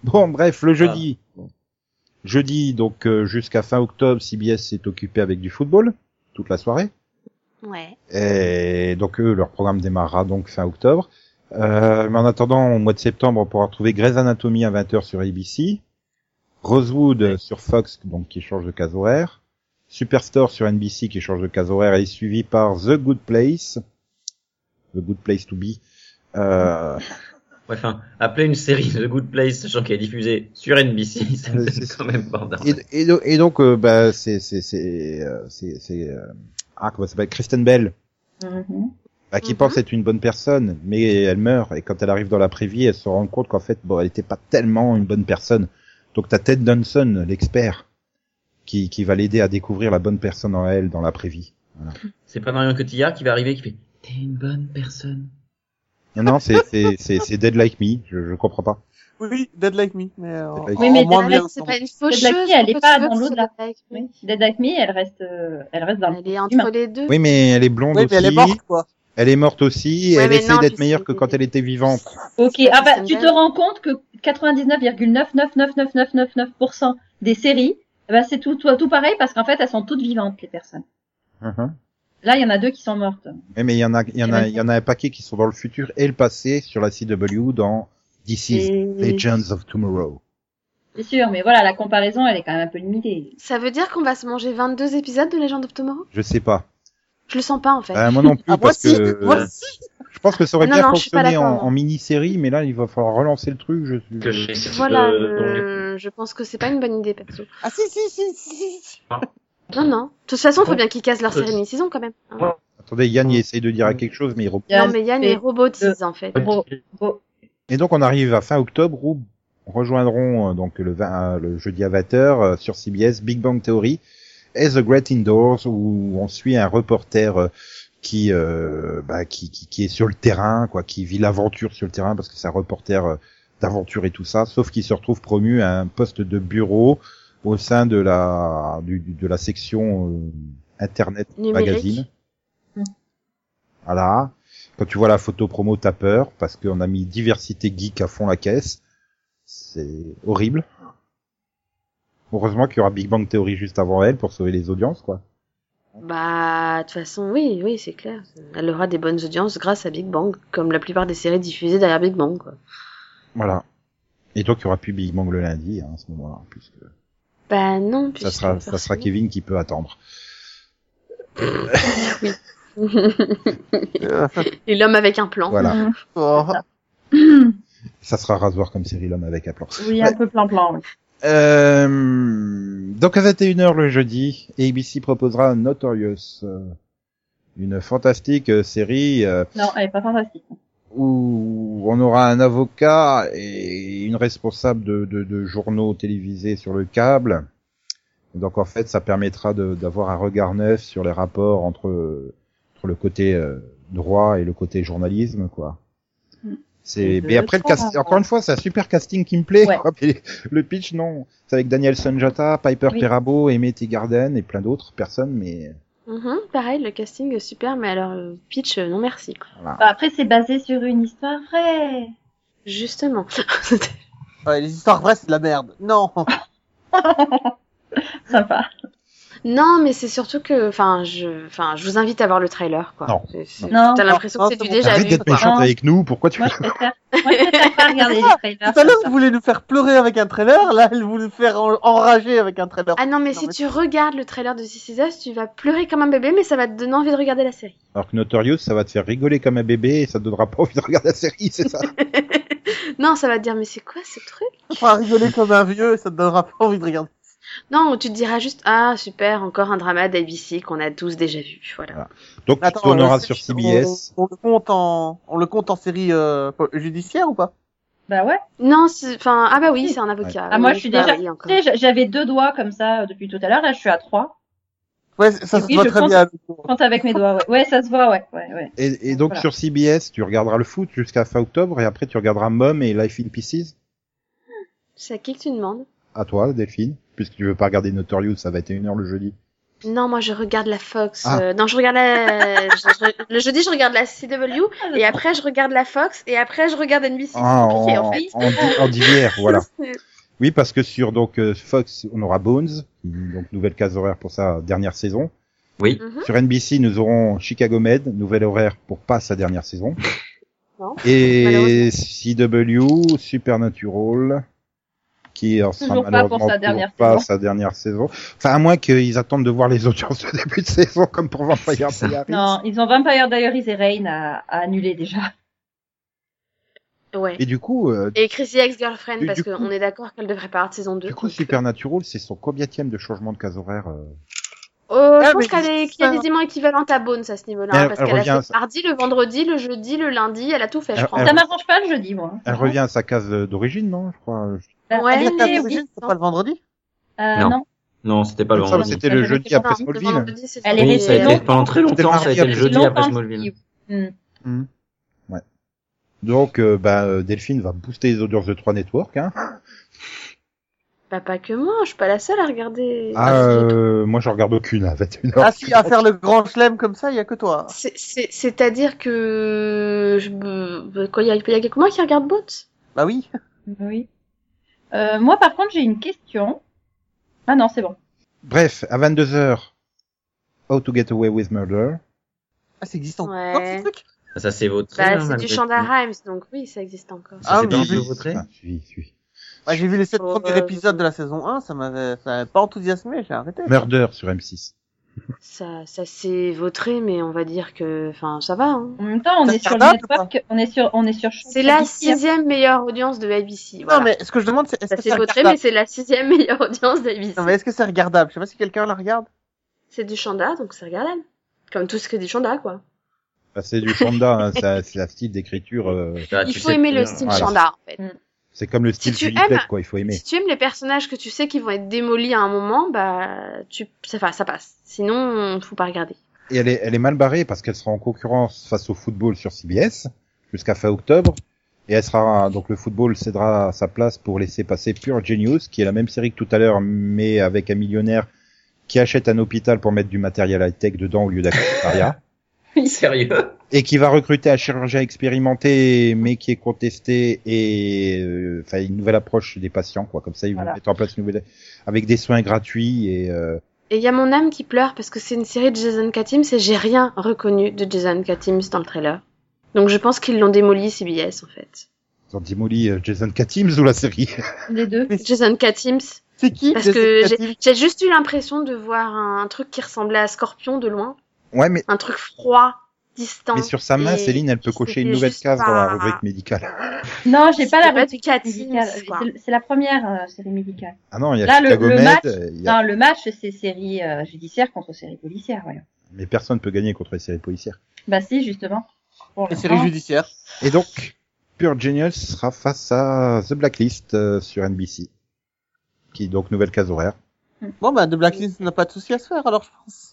Bon bref le jeudi Ah. Bon. jeudi donc euh, jusqu'à fin octobre CBS s'est occupé avec du football toute la soirée. Ouais. Et donc eux, leur programme démarrera donc fin octobre. Euh, mais en attendant, au mois de septembre, on pourra retrouver Grey's Anatomy à 20h sur ABC, Rosewood euh, sur Fox, donc qui change de case horaire, Superstore sur NBC qui change de case horaire et est suivi par The Good Place, The Good Place to Be. Euh, Ouais, enfin, appeler une série de Good Place, sachant qu'elle est diffusée sur NBC, ça me Ouais, donne c'est quand même bordel. et, et do- et donc, euh, bah, c'est c'est c'est euh, c'est c'est, euh, ah comment ça s'appelle Kristen Bell Mhm. bah, qui Mhm. pense être une bonne personne, mais elle meurt, et quand elle arrive dans la prévie, elle se rend compte qu'en fait, bon, elle n'était pas tellement une bonne personne. Donc t'as Ted Dunson, l'expert, qui, qui va l'aider à découvrir la bonne personne en elle dans la prévie. C'est pas Marion Cotillard qui va arriver et qui fait T'es une bonne personne. Non, non, c'est, c'est, c'est, c'est Dead Like Me, je, je comprends pas. Oui, Dead Like Me, mais euh, Dead Like Me. Oui, mais en moins Ah, bien. mais c'est sans- pas une Cette fausse Black chose. Key, elle est pourquoi pas tu veux dans que l'eau de ce la- soit avec lui Oui. Dead Like Me, elle reste, euh, elle reste dans le. Elle est entre Humain. les deux. Oui, mais elle est blonde Oui, aussi. mais elle est morte, quoi. Elle est morte aussi, et Ouais, elle mais essaie non, d'être tu meilleure sais- que quand elle était vivante. Ok, C'est ah bah, Kristen tu te Bell. rends compte que 99,999999% des séries, bah, c'est tout, tout, tout pareil parce qu'en fait, elles sont toutes vivantes, les personnes. Mhm. Là, il y en a deux qui sont mortes. Ouais, mais il y en a, il y en a, il y en a un paquet qui sont dans le futur et le passé sur la CW dans This is Legends of Tomorrow. C'est sûr, mais voilà, la comparaison, elle est quand même un peu limitée. Ça veut dire qu'on va se manger 22 épisodes de Legend of Tomorrow Je sais pas. Je le sens pas en fait. Bah, moi non plus, Ah, moi parce si, que... moi si. Je pense que ça aurait Non, bien non, je suis pas fonctionné en, d'accord. en mini-série, mais là, il va falloir relancer le truc. Je, Que j'ai Voilà, euh, euh, je pense que c'est pas une bonne idée perso. Ah si, si, si, si, si. Non, non. De toute façon, faut bien qu'ils cassent leur Euh, série mi-saison quand même. hein. ouais. Attendez, Yann, il essaye de dire à quelque chose, mais il reprend. Il y a- Non, mais Yann, il robotise en fait. Bon, bon, Et donc, on arrive à fin octobre où rejoindront euh, donc le, 20, euh, le jeudi à 20h euh, sur CBS Big Bang Theory et The Great Indoors où on suit un reporter euh, qui, euh, bah, qui, qui qui est sur le terrain, quoi, qui vit l'aventure sur le terrain parce que c'est un reporter euh, d'aventure et tout ça, sauf qu'il se retrouve promu à un poste de bureau au sein de la du, du- de la section euh, internet Numérique. magazine. Mm. Voilà. Quand tu vois la photo promo, t'as peur parce qu'on a mis diversité geek à fond la caisse. C'est horrible. Heureusement qu'il y aura Big Bang Theory juste avant elle pour sauver les audiences, quoi. Bah, de toute façon, oui, oui, c'est clair. Elle aura des bonnes audiences grâce à Big Bang, comme la plupart des séries diffusées derrière Big Bang. Quoi. Voilà. Et donc il y aura plus Big Bang le lundi hein, à ce moment-là, puisque Bah non, ça puisque sera ça sera Kevin qui peut attendre. Euh, Et l'homme avec un plan. Voilà. Mhm. oh. Ça sera rasoir comme série l'homme avec un plan. oui, un peu plan-plan. oui. Euh, donc à 21h le jeudi, ABC proposera Notorious, euh, une fantastique euh, série euh, Non, elle est pas fantastique. où on aura un avocat et une responsable de, de- de journaux télévisés sur le câble. Donc en fait, ça permettra de- d'avoir un regard neuf sur les rapports entre, entre le côté euh, droit et le côté journalisme, quoi. Mm. C'est De mais après le trois, cast... hein. encore une fois c'est un super casting qui me plaît Ouais. quoi. Puis le pitch non c'est avec Daniel Sunjata, Piper Oui. Perabo, Emmett Garden et plein d'autres personnes mais Mhm, pareil, le casting est super, mais alors le pitch, euh, non merci. Quoi. Bah, après, c'est basé sur une histoire vraie. Justement. Ouais, les histoires vraies, c'est de la merde. Non. Sympa. non, mais c'est surtout que, enfin, je, enfin, je vous invite à voir le trailer, quoi. Non. C'est- c'est- Non. T'as Non, l'impression non, que c'est c'est du bon. déjà arrête vu, d'être quoi. méchante Non. avec nous pourquoi tu Moi, je préfère, moi, je préfère pas regarder les trailers. Tout à l'heure, comme vous voulez nous faire pleurer avec un trailer. Là, elle voulait nous faire en- enrager avec un trailer. Ah non, mais Non, si mais- tu regardes le trailer de This Is Us, tu vas pleurer comme un bébé, mais ça va te donner envie de regarder la série. Alors que Notorious, ça va te faire rigoler comme un bébé et ça te donnera pas envie de regarder la série, c'est ça non, ça va te dire, mais c'est quoi ce truc Tu feras rigoler comme un vieux, ça te donnera pas envie de regarder. Non, tu te diras juste, ah super, encore un drama d'ABC qu'on a tous déjà vu. Voilà. Donc tu Attends, tourneras euh, sur on- CBS. On, on le compte en, on le compte en série euh, judiciaire ou pas Bah ouais. Non, c'est- enfin, ah bah oui, c'est un avocat. Ah, moi, Oui, je suis bah déjà. oui, Tu encore. sais, j'a- j'avais deux doigts comme ça euh, depuis tout à l'heure. Là, je suis à trois. Ouais, ça Et se oui, voit je très pense- bien. avec moi. Compte avec mes doigts. Ouais, ouais ça se voit. Ouais, ouais, ouais. Et, et donc Voilà. sur CBS, tu regarderas le foot jusqu'à fin octobre et après tu regarderas Mom et Life in Pieces. C'est à qui que tu demandes À toi, Delphine, puisque tu veux pas regarder Notorious, ça va être une heure le jeudi. Non, moi, je regarde la Fox. Ah. euh, non, je regarde la... je- je- le jeudi, je regarde la CW, et après, je regarde la Fox, et après, je regarde NBC. Ah, c'est compliqué, en fait. en, di- en d'hier, voilà. Oui, parce que sur donc euh, Fox, on aura Bones, donc nouvelle case horaire pour sa dernière saison. Oui. Mhm. Sur NBC, nous aurons Chicago Med, nouvel horaire pour pas sa dernière saison. Non. Et CW, Supernatural, qui en sera Toujours pas malheureusement pour sa toujours dernière pas saison. sa dernière saison. Enfin, à moins qu'ils attendent de voir les audiences de début de saison, comme pour Vampire C'est ça. Diaries. Non, ils ont Vampire Diaries et Rain à, à annuler déjà. Ouais. Et du coup, euh, Et Chrissy Ex-Girlfriend, Et parce du coup- qu'on est d'accord qu'elle devrait pas de saison euh, 2. du coup, euh, Supernatural, c'est son combienième de changement de case horaire euh, Oh, je Ah, pense mais qu'elle est, ça- qu'elle est quasiment équivalente à Bones à ce niveau-là. Mais hein, elle- parce elle qu'elle revient a à fait ça. le mardi, le vendredi, le jeudi, le lundi, elle a tout fait, je Elle- crois. elle- Ça m'arrange pas le jeudi, moi. Elle revient à sa case euh, d'origine, non Je crois. euh, je- Bah, Ouais, elle La mais carte était, d'origine, oui. c'est pas le vendredi Euh, Non. non. Non, c'était pas le Ça, vendredi. C'était le Ça, je jeudi sais pas, après Non, le Smallville. vendredi, c'est- Elle est Oui, restée ça a été longtemps. pendans très C'était le longtemps, ça a été le mardi jeudi Longtemps après qu'il- Smallville. Hmm. Donc, euh, bah, euh, Delphine va booster les audiences de 3 Network. Hein. Bah, pas que moi, je suis pas la seule à regarder. Ah, euh, moi, je regarde aucune à 21h. Ah si, à faire le grand chelem comme ça, il y a que toi. C'est- c'est- C'est-à-dire que. je me- Quoi, il y a, il y a que moi qui regarde Bones Bah oui. Oui. Euh, moi, par contre, j'ai une question. Ah non, c'est bon. Bref, à 22h, How to Get Away with Murder. Ah, c'est existant. Ouais. encore, ce truc Ça s'est voté. Bah, hein, c'est du malgré tout. Shonda Rhimes, donc oui, ça existe encore. Ça Ah, s'est oui, pas un peu oui. voté. Ah, suis, suis. Bah, j'ai vu les sept Oh, premiers ouais. épisodes de la saison 1, ça m'avait ça m'avait pas enthousiasmé, j'ai arrêté. Murder sur M6. Ça, ça s'est vautré, mais on va dire que. Enfin, ça va. Hein. En même temps, on Ça est sur le regarde ou network, on est sur, on est sur. C'est la ABC, hein. sixième meilleure audience de ABC. Non, voilà. mais ce que je demande, c'est est-ce Ça que s'est c'est vautré, regardable mais Bah, c'est la sixième meilleure audience d'ABC. Non, mais est-ce que c'est regardable Je sais pas si quelqu'un la regarde. C'est du Shonda, donc c'est regardable. Comme tout ce que est du Shonda, quoi. Bah, c'est du Shonda, hein, ça- c'est la style d'écriture. euh, Ah, Il tu faut sais aimer le bien, style voilà. Shonda, en fait. c'est comme le Si style tu Julie Plec, aimes- quoi, il faut aimer. Si tu aimes les personnages que tu sais qui vont être démolis à un moment, bah, tu, ça, va, ça passe. Sinon, faut pas regarder. Et elle est, elle est mal barrée parce qu'elle sera en concurrence face au football sur CBS jusqu'à fin octobre. Et elle sera donc le football cédera sa place pour laisser passer Pure Genius, qui est la même série que tout à l'heure, mais avec un millionnaire qui achète un hôpital pour mettre du matériel high tech dedans au lieu d'un commissariat, Sérieux et qui va recruter un chirurgien expérimenté mais qui est contesté et euh, enfin une nouvelle approche des patients quoi. Comme ça, ils vont Voilà. mettre en place une nouvelle avec des soins gratuits et euh, Et il y a mon âme qui pleure parce que c'est une série de Jason Katims et j'ai rien reconnu de Jason Katims dans le trailer. Donc je pense qu'ils l'ont démoli CBS en fait. ils ont démoli euh, Jason Katims ou la série. Les deux. Jason Katims, C'est qui parce Jessica que Tiff j'ai- j'ai juste eu l'impression de voir un truc qui ressemblait à Scorpion de loin, Ouais, mais un truc froid, distant. Mais sur sa main, Et Céline, elle peut je cocher sais une nouvelle juste case dans la pas. rubrique médicale. Non, j'ai C'était pas la pas réplique du Cat Sims, médicale. quoi. C'est- C'est la première euh, série médicale. Ah non, il y a Là, le- Chicago le Med, match- euh, il y a- Non, le match, c'est série euh, judiciaire contre série policière. Voilà. mais personne peut gagner contre les séries policières. Bah si, justement. Pour Les séries l'instant. judiciaires. Et donc, Pure Genius sera face à The Blacklist euh, sur NBC, qui est donc nouvelle case horaire. Bon, bah, de Blacklist n'a pas de souci à se faire, alors je pense.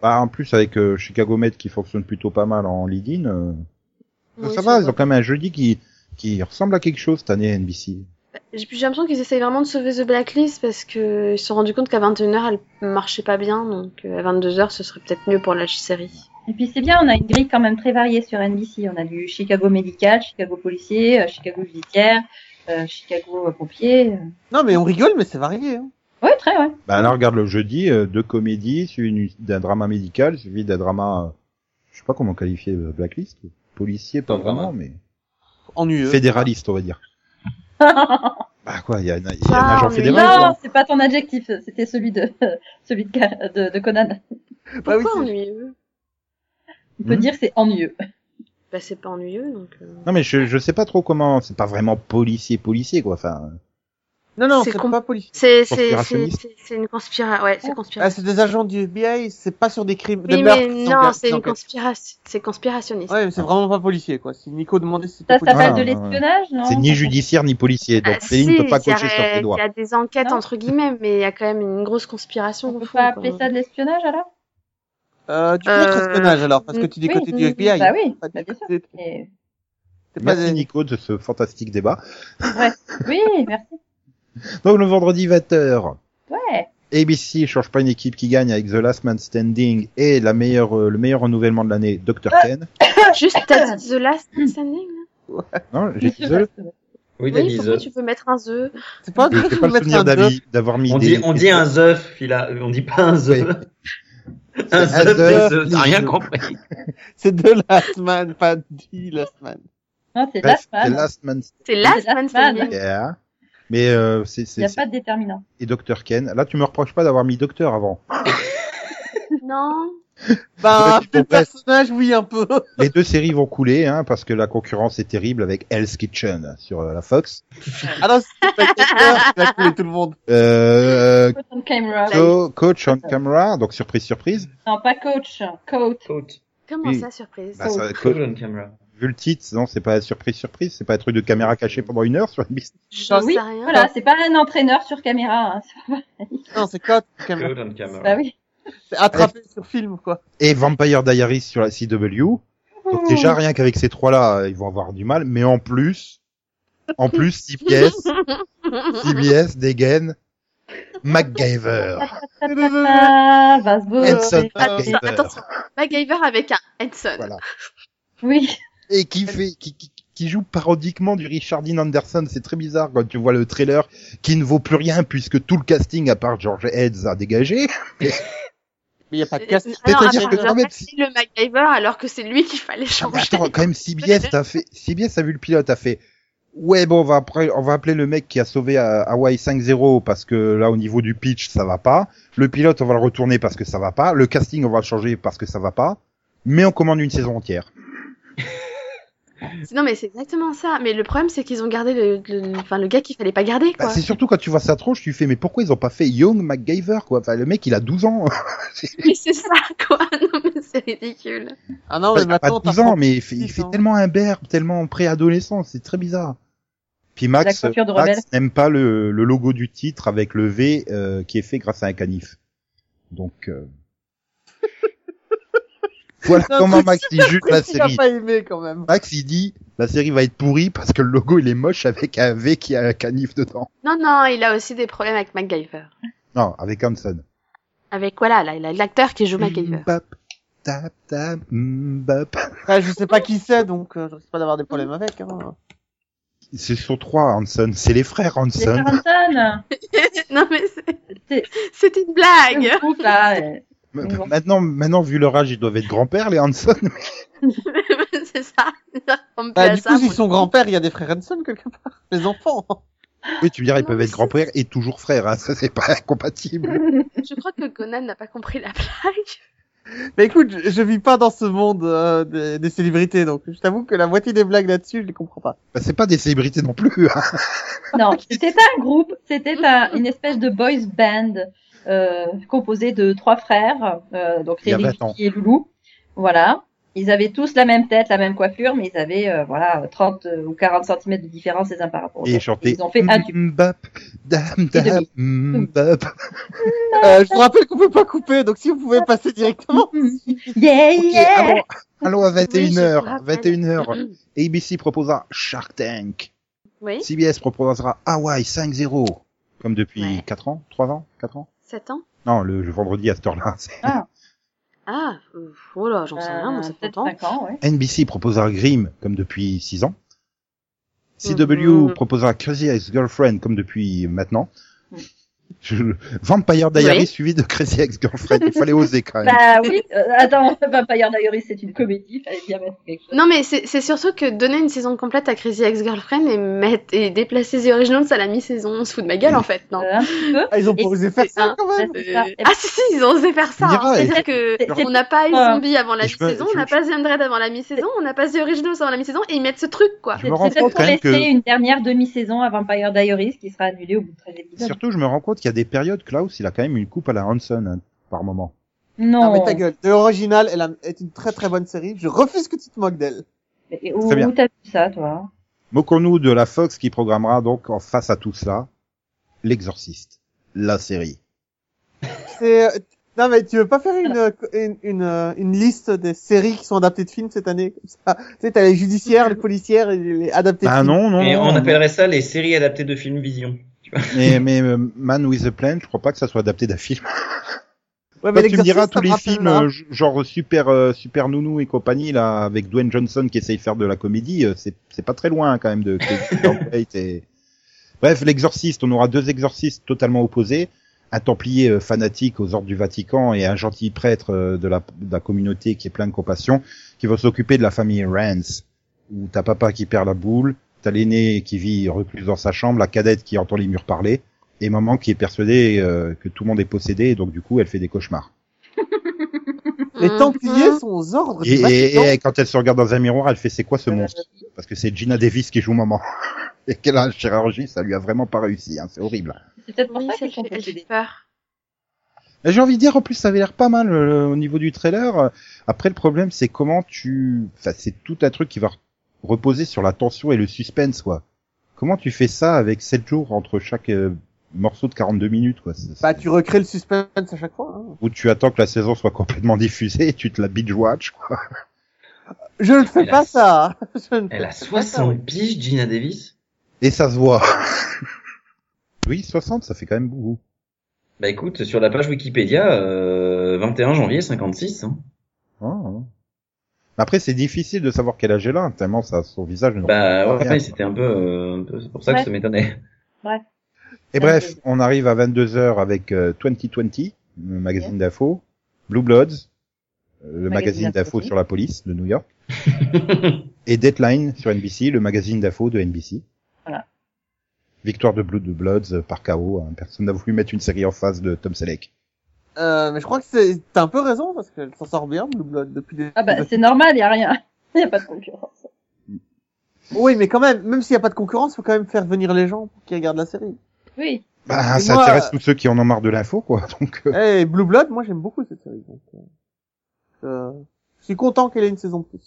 Bah, en plus, avec euh, Chicago Med qui fonctionne plutôt pas mal en lead-in, euh, Oui, ça va, ils va. ont quand même un jeudi qui, qui ressemble à quelque chose cette année NBC. J'ai j'ai l'impression qu'ils essayent vraiment de sauver The Blacklist parce que ils se sont rendus compte qu'à 21h elle marchait pas bien, donc euh, à 22h ce serait peut-être mieux pour la série. Et puis c'est bien, on a une grille quand même très variée sur NBC. On a du Chicago médical, Chicago policier, euh, Chicago judiciaire, euh, Chicago euh, pompier. euh. Non, mais on rigole, mais c'est varié. Hein. Ouais, très ouais. Bah, là, regarde le jeudi, euh, deux comédies, suivi d'un drama médical, suivi d'un drama, euh, je sais pas comment qualifier euh, Blacklist, policier, pas Pas vraiment. vraiment, mais. Ennuyeux. fédéraliste, on va dire. Bah quoi, il y a, un- il y a Ah, un agent mais fédéral. Non, quoi. c'est pas ton adjectif, c'était celui de celui de, Ca- de, de Conan. Bah oui, Pourquoi c'est- ennuyeux On peut Mhm. dire c'est ennuyeux. Bah c'est pas ennuyeux donc. euh, Non mais je, je sais pas trop comment, c'est pas vraiment policier policier quoi. Enfin, Non, non, C'est c'est com- pas police. C'est c'est- c'est- Conspirationniste. c'est- c'est une conspiration. Ouais, c'est conspiration. Ah, c'est des agents du FBI, c'est pas sur des crimes de Oui, mais meurtre. qu'ils non, enquêtent, c'est ils une enquêtent. conspiration. C'est conspirationniste. Ouais, mais c'est vraiment pas policier, quoi. Si Nico demandait si c'était Ça policier. Ah, s'appelle de ouais. l'espionnage, non C'est ni judiciaire ni policier, donc Ah, Céline si, peut pas il y a- cocher sur tes Il y doigts. a des enquêtes Non. entre guillemets, mais il y a quand même une grosse conspiration. On au peut fond, pas quoi. appeler ça de l'espionnage alors Euh, du coup, Euh, autre espionnage, alors, parce que tu dis oui, côté du mm, FBI. Bah oui, hein. Pas du bah bien sûr. côté- Et- c'est pas Merci des- Nico de ce fantastique débat. Oui, merci. Donc le vendredi 20h, Ouais. ABC change pas une équipe qui gagne avec The Last Man Standing et la meilleure, euh, le meilleur renouvellement de l'année, Dr. Ken. Juste, t'as dit The Last Man Standing là Non, j'ai dit The... Oui, t'as Oui, dit pourquoi The. tu veux mettre un The C'est pas un J'ai truc pas où le mettre un souvenir doc. d'avis- d'avoir mis On des... dit, on dit un zeuf, il a, on dit pas un zeuf. Un un zeuf, zeuf, deux zeufs, t'as les rien jeux. compris. C'est de Last Man, pas de Last Man. Non, c'est Bref, Last The Man. Last Man C'est Last The Last Man Man. Standing. Yeah. Mais euh, c'est Il n'y c'est a pas de déterminant. et Dr Ken. Là, tu me reproches pas d'avoir mis Docteur avant. Non. Ouais, Bah, un puis peu bon, le personnage, oui, un peu. Les deux séries vont couler hein, parce que la concurrence est terrible avec Hell's Kitchen sur euh, la Fox. Ah non, c'est pas quelqu'un, il a coulé tout le monde. Euh, Coach on camera. co- coach on camera, donc surprise surprise. Non, pas coach. Coach. Faute. Comment Oui. ça surprise Bah, ça- co- Cool on camera. vu le titre, non, c'est pas surprise surprise, c'est pas un truc de caméra cachée pendant une heure sur une bise. J'en bah Oui, sais rien. Voilà, Ah. c'est pas un entraîneur sur caméra. Hein. Non, c'est quoi quand même, Euh, Cool on Ah camera. Bah oui. C'est attrapé sur film, quoi. Et Vampire Diaries sur la CW. Donc déjà rien qu'avec ces trois-là, euh, ils vont avoir du mal, mais en plus, en plus CBS, CBS dégaine MacGyver. Ah, va se Edson bourrer. MacGyver. Ah, attention. MacGyver avec un Henson. Euh, Voilà. Oui. Et qui fait, qui, qui, qui joue parodiquement du Richard Dean Anderson. C'est très bizarre quand tu vois le trailer qui ne vaut plus rien puisque tout le casting à part George Heads a dégagé. Mais y a pas de Euh, casting. Euh, Alors, C'est-à-dire attends, que on quand a même, passé le MacGyver alors que c'est lui qu'il fallait Ah, mais changer. attends, quand même CBS a fait, CBS a vu le pilote, a fait, ouais bon on va après, on va appeler le mec qui a sauvé euh, Hawaii 5-0 parce que là au niveau du pitch ça va pas. Le pilote on va le retourner parce que ça va pas. Le casting on va le changer parce que ça va pas. Mais on commande une saison entière. Non mais c'est exactement ça. Mais le problème c'est qu'ils ont gardé le, le- enfin, le gars qu'il fallait pas garder Bah, quoi. c'est surtout quand tu vois sa tronche, tu fais mais pourquoi ils ont pas fait Young MacGyver quoi Enfin le mec il a 12 ans. mais c'est ça quoi. Non mais c'est ridicule. Ah non, Enfin, mais Bah, il a pas maintenant, 12 ans t'apprends- mais il fait, il 10 fait ans. tellement imberbe, tellement préadolescent, c'est très bizarre. Puis Max, La coiffure de rebelle. Max n'aime pas le, le logo du titre avec le V euh, qui est fait grâce à un canif. Donc euh, voilà C'est un comment truc Max il juge la Il a série. pas aimé, quand même. Max il dit la série va être pourrie parce que le logo il est moche avec un V qui a un canif dedans. Non non, il a aussi des problèmes avec MacGyver. Non, avec Hanson. Avec voilà, là, il a l'acteur qui joue MacGyver. Mbap, tap, tap, mm, mbap. Enfin, je sais pas qui c'est, donc euh, je risque pas d'avoir des problèmes avec. Hein. Ce sont trois Hanson, c'est les frères Les Hanson. Ferranton. non mais c'est- C'est c'est une blague. le couple, là. euh, M- Bon. Maintenant, maintenant, vu leur âge, ils doivent être grands-pères, les Hanson. c'est ça. On me plaît Bah, à du ça, coup, s'ils moi. sont grands-pères, il y a des frères Hanson, quelque part. Les enfants. Oui, tu me diras, ils Non, peuvent mais être grands-pères et toujours frères, hein. Ça, c'est pas incompatible. Je crois que Conan n'a pas compris la blague. Mais écoute, je, je vis pas dans ce monde euh, des, des célébrités, donc je t'avoue que la moitié des blagues là-dessus, je les comprends pas. Bah, c'est pas des célébrités non plus, hein. Non, c'était un groupe, c'était un- une espèce de boys band euh, composé de trois frères, euh, donc Il y a Rémi, 20 ans. Vicky et Loulou. Voilà. Ils avaient tous la même tête, la même coiffure, mais ils avaient euh, voilà 30 ou 40 cm de différence les uns par rapport aux Et autres. chanter. Ils ont fait un tube. Mbap, dam, dam, mbap. Euh, je vous rappelle qu'on peut pas couper, donc si vous pouvez passer directement. Yeah, Ok, yeah allons, allons à Oui, 21h, je vous rappelle. 21h. ABC proposera Shark Tank. Oui, CBS proposera Hawaii 5-0. Comme depuis Ouais. 4 ans, 3 ans, 4 ans. 7 ans. Non, le, le vendredi à cette heure-là, c'est- Ah, euh, oh là, j'en sais rien, moi ça fait Peut-être longtemps. cinq ans, ouais. NBC proposera Grimm, comme depuis 6 ans. CW Mhm. proposera Crazy Ex-Girlfriend, comme depuis maintenant. Je- Vampire Diaries suivi de Crazy Ex-Girlfriend. Il fallait oser quand même. Bah oui, euh, attends, Vampire Diaries, c'est une comédie, fallait bien mettre quelque chose. Non, mais c'est c'est surtout que donner une saison complète à Crazy Ex-Girlfriend et, mettre- et déplacer The Originals à la mi-saison, on se fout de ma gueule en fait, non Euh, un petit peu. Ah, ils ont Et pas osé faire ça quand même. c'est ça. Euh, Ah si, si, ils ont osé faire ça. Mira, hein. et- C'est-à-dire que C'est- c'est- on n'a pas eu Ah. Zombie avant la Et je peux- mi-saison, je- on n'a pas The Undead avant la mi-saison, on n'a pas The Originals avant la mi-saison et ils mettent ce truc quoi. Je C'est me rends c'est peut-être compte pour quand même laisser que- une dernière demi-saison à Vampire Diaries qui sera annulée au bout de 13 épisodes. Surtout, je me rends compte qu'il y a des périodes, Klaus, il a quand même une coupe à la Hanson hein, par moment. Non, Ah, Non, Ah, mais ta gueule. L'original, elle a- est une très très bonne série. Je refuse que tu te moques d'elle. Et où Très bien. où t'as vu ça, toi Moquons-nous de la Fox qui programmera donc en face à tout ça l'exorciste, la série. C'est, euh, non mais tu veux pas faire une, une, une, euh, une liste des séries qui sont adaptées de films cette année comme ça Tu sais, t'as les judiciaires, les policières et les adaptées de Ah films. non, non. Et non, on non. appellerait ça les séries adaptées de films Vision. Mais, mais euh, Man with a Plan, je crois pas que ça soit adapté d'un film. Toi, Ouais, Bah, tu me l'exercice, diras ça tous me les rappelle hein. films un- euh, j- genre super euh, super nounou et compagnie là avec Dwayne Johnson qui essaye de faire de la comédie, euh, c'est c'est pas très loin quand même de. de- et- Bref, l'exorciste, on aura deux exorcistes totalement opposés, un templier euh, fanatique aux ordres du Vatican et un gentil prêtre euh, de, la, de la communauté qui est plein de compassion, qui va s'occuper de la famille Rance, où t'as papa qui perd la boule, t'as l'aîné qui vit recluse dans sa chambre, la cadette qui entend les murs parler, et maman qui est persuadée euh, que tout le monde est possédé, et donc du coup elle fait des cauchemars. Les Mhm. Templiers sont aux ordres Et, et- du Vatican. et quand elle se regarde dans un miroir, elle fait c'est quoi Euh, ce monstre Parce que c'est Gina Davis qui joue maman. Et qu'elle a une chirurgie, ça lui a vraiment pas réussi, hein, c'est horrible. C'est peut-être pour Oui, ça ça qu'ils sont fait- elle fait possédés. peur. Mais J'ai envie de dire, en plus, ça avait l'air pas mal euh, au niveau du trailer. Après, le problème, c'est comment tu... Enfin, c'est tout un truc qui va re- reposer sur la tension et le suspense, quoi. Comment tu fais ça avec 7 jours entre chaque euh, morceau de 42 minutes, quoi C'est- Bah tu recrées le suspense à chaque fois. hein. Ou tu attends que la saison soit complètement diffusée et tu te la binge-watch, quoi. Je ne fais Elle pas a- ça. Je ne Elle a fais pas ça, 60 Ah. piges, Gina Davis. Et ça se voit. oui, 60, ça fait quand même beaucoup. Bah écoute, sur la page Wikipédia, euh, 21 janvier 56. Hein. Oh. Après, c'est difficile de savoir quel âge elle a, tellement ça, son visage ne Bah ouais, rien. c'était un peu, euh, un peu- c'est pour ça que Ouais. ça m'étonnait. Et bref, on arrive à 22h avec euh, 2020, le magazine d'info, Blue Bloods, euh, le Magazine magazine d'info d'info aussi. sur la police de New York, et Deadline sur NBC, le magazine d'info de NBC. Voilà. Victoire de Blue de Bloods euh, par KO, hein. personne n'a voulu mettre une série en face de Tom Selleck. Euh, mais je crois que c'est, t'as un peu raison parce qu'elle s'en sort bien, Blue Blood, depuis des... Ah bah c'est normal, y a rien. Y a pas de concurrence. Oui, mais quand même, même s'il n'y a pas de concurrence, faut quand même faire venir les gens pour qu'ils regardent la série. Oui. Bah, Et ça moi, intéresse euh, tous ceux qui en ont marre de l'info, quoi. Donc, euh, Eh, Blue Blood, moi j'aime beaucoup cette série. Donc, euh, euh, je suis content qu'elle ait une saison de plus.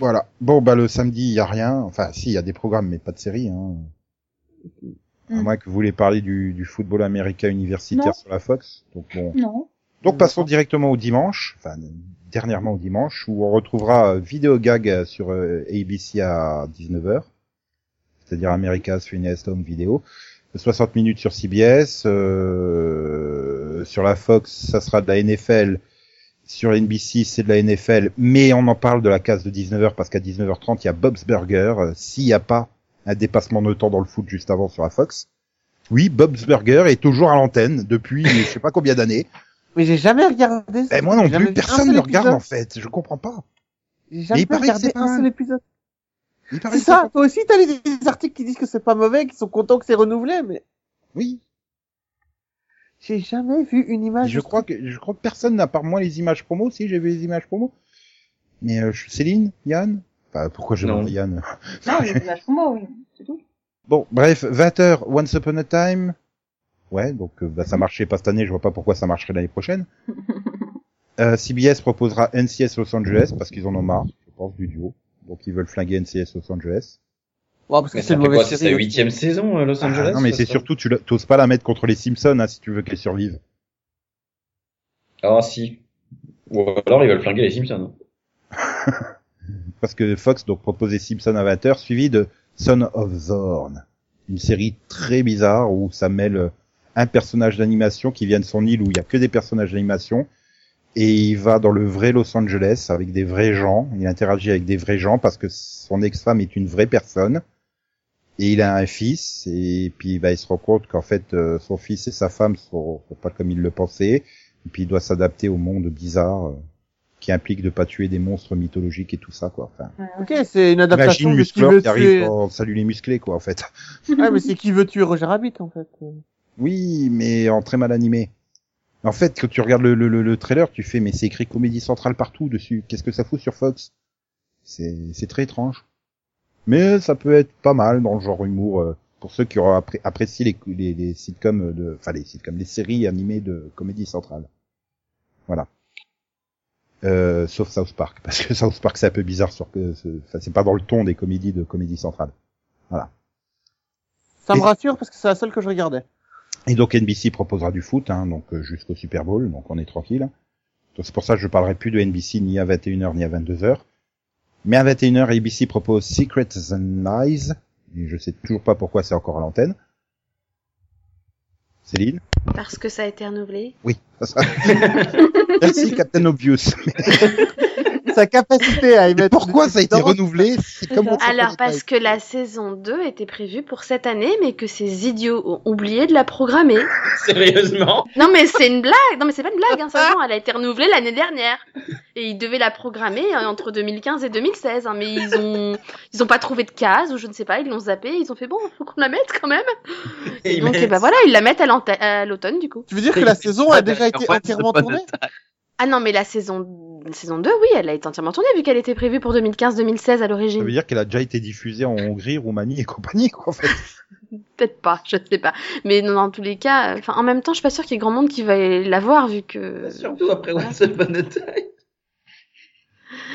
voilà. Bon, bah, le samedi, il y a rien. Enfin, si, il y a des programmes, mais pas de série, hein. À Mm. moins que vous voulez parler du, du football américain universitaire Non. sur la Fox. Donc, bon. Non. Donc passons directement au dimanche, enfin dernièrement au dimanche, où on retrouvera euh, Vidéo Gag sur euh, ABC à 19h, c'est-à-dire America's Funniest Home Video. 60 minutes sur CBS, euh, sur la Fox, ça sera de la NFL, sur NBC, c'est de la NFL, mais on en parle de la case de 19h parce qu'à 19h30, il y a Bob's Burger, euh, s'il n'y a pas un dépassement de temps dans le foot juste avant sur la Fox. Oui, Bob's Burger est toujours à l'antenne depuis je sais pas combien d'années. Mais j'ai jamais regardé ça. Ben moi non J'ai jamais plus, vu un personne seul ne regarde épisode. en fait, je comprends pas. J'ai Mais jamais il paraît que regardé c'est pas un mal. seul épisode. Il paraît C'est que c'est ça, pas- toi aussi t'as les, les articles qui disent que c'est pas mauvais, qui sont contents que c'est renouvelé, mais Oui. j'ai jamais vu une image. je crois que je crois que personne n'a part moi les images promo. Si j'ai vu les images promo. Mais euh, je- Céline, Yann. Enfin, pourquoi je Non. demande Yann Non, les images promo, oui, c'est tout. Bon, bref, 20h, Once Upon a Time. Ouais, donc euh, bah, ça marchait pas cette année, je vois pas pourquoi ça marcherait l'année prochaine. Euh, CBS proposera NCS Los Angeles parce qu'ils en ont marre, je pense, du duo. Donc ils veulent flinguer NCS Los Angeles. Ouais, parce que Mais c'est ça une fait quoi mauvaise C'est sa série. huitième saison, euh, Los Ah, Angeles non mais ça, c'est ça surtout, tu la- t'oses pas la mettre contre les Simpsons hein, si tu veux qu'elle survive. Ah si. Ou alors ils veulent flinguer les Simpsons. Parce que Fox donc proposait Simpson à 20h suivi de Son of Zorn. Une série très bizarre où ça mêle euh, un personnage d'animation qui vient de son île où il y a que des personnages d'animation et il va dans le vrai Los Angeles avec des vrais gens, il interagit avec des vrais gens parce que son ex-femme est une vraie personne et il a un fils et puis bah, il se rend compte qu'en fait euh, son fils et sa femme sont, sont pas comme il le pensait et puis il doit s'adapter au monde bizarre euh, qui implique de pas tuer des monstres mythologiques et tout ça quoi. Enfin, Ok, c'est une Imagine adaptation de qui Musclor veut qui arrive tuer. en salut les musclés, quoi, en fait. Ouais, mais c'est qui veut tuer Roger Rabbit en fait. Oui, mais en très mal animé. En fait, quand tu regardes le, le, le, le trailer, tu fais, mais c'est écrit Comédie Centrale partout dessus. Qu'est-ce que ça fout sur Fox C'est c'est très étrange. Mais ça peut être pas mal dans le genre humour, euh, pour ceux qui auront appré- apprécié les, les, les sitcoms de, enfin les sitcoms, les séries animées de Comédie Centrale. Voilà. Euh, sauf South Park, parce que South Park c'est un peu bizarre sur que, ce- enfin, c'est pas dans le ton des comédies de Comédie Centrale. Ça me Et- rassure parce que c'est la seule que je regardais. Et donc NBC proposera du foot, hein, donc euh, jusqu'au Super Bowl, donc on est tranquille. Donc c'est pour ça que je parlerai plus de NBC ni à 21h ni à 22h. Mais à 21h, ABC propose Secrets and Lies. Et je sais toujours pas pourquoi c'est encore à l'antenne. Céline Parce que ça a été renouvelé. Oui, ça sera. Merci Captain Obvious. Mais Sa capacité à émettre. pourquoi des- ça a été dans- renouvelé C'est comment ça Alors, peut parce pas que la saison 2 était prévue pour cette année, mais que ces idiots ont oublié de la programmer. Sérieusement Non, mais c'est une blague. Non, mais c'est pas une blague, hein, sérieusement. Elle a été renouvelée l'année dernière. Et ils devaient la programmer euh, entre 2015 et 2016. hein, mais ils ont, ils ont pas trouvé de case, ou je ne sais pas, ils l'ont zappé. Ils ont fait bon, faut qu'on la mette quand même. Et Donc, ils eh ben mettent- voilà, ils la mettent à l'anta- à l'automne, du coup. Tu veux dire que la saison a déjà été Ouais, entièrement c'est pas tournée Ah non, mais la saison, saison 2, oui, elle a été entièrement tournée, vu qu'elle était prévue pour 2015-2016 Ça à veut l'origine. dire qu'elle a déjà été diffusée en Hongrie, Roumanie et compagnie, quoi, en fait. Peut-être pas, je ne sais pas. Mais non, dans tous les cas, euh, enfin, en même temps, je suis pas sûre qu'il y ait grand monde qui va la voir, vu ben, que... Surtout après Once Upon a Time.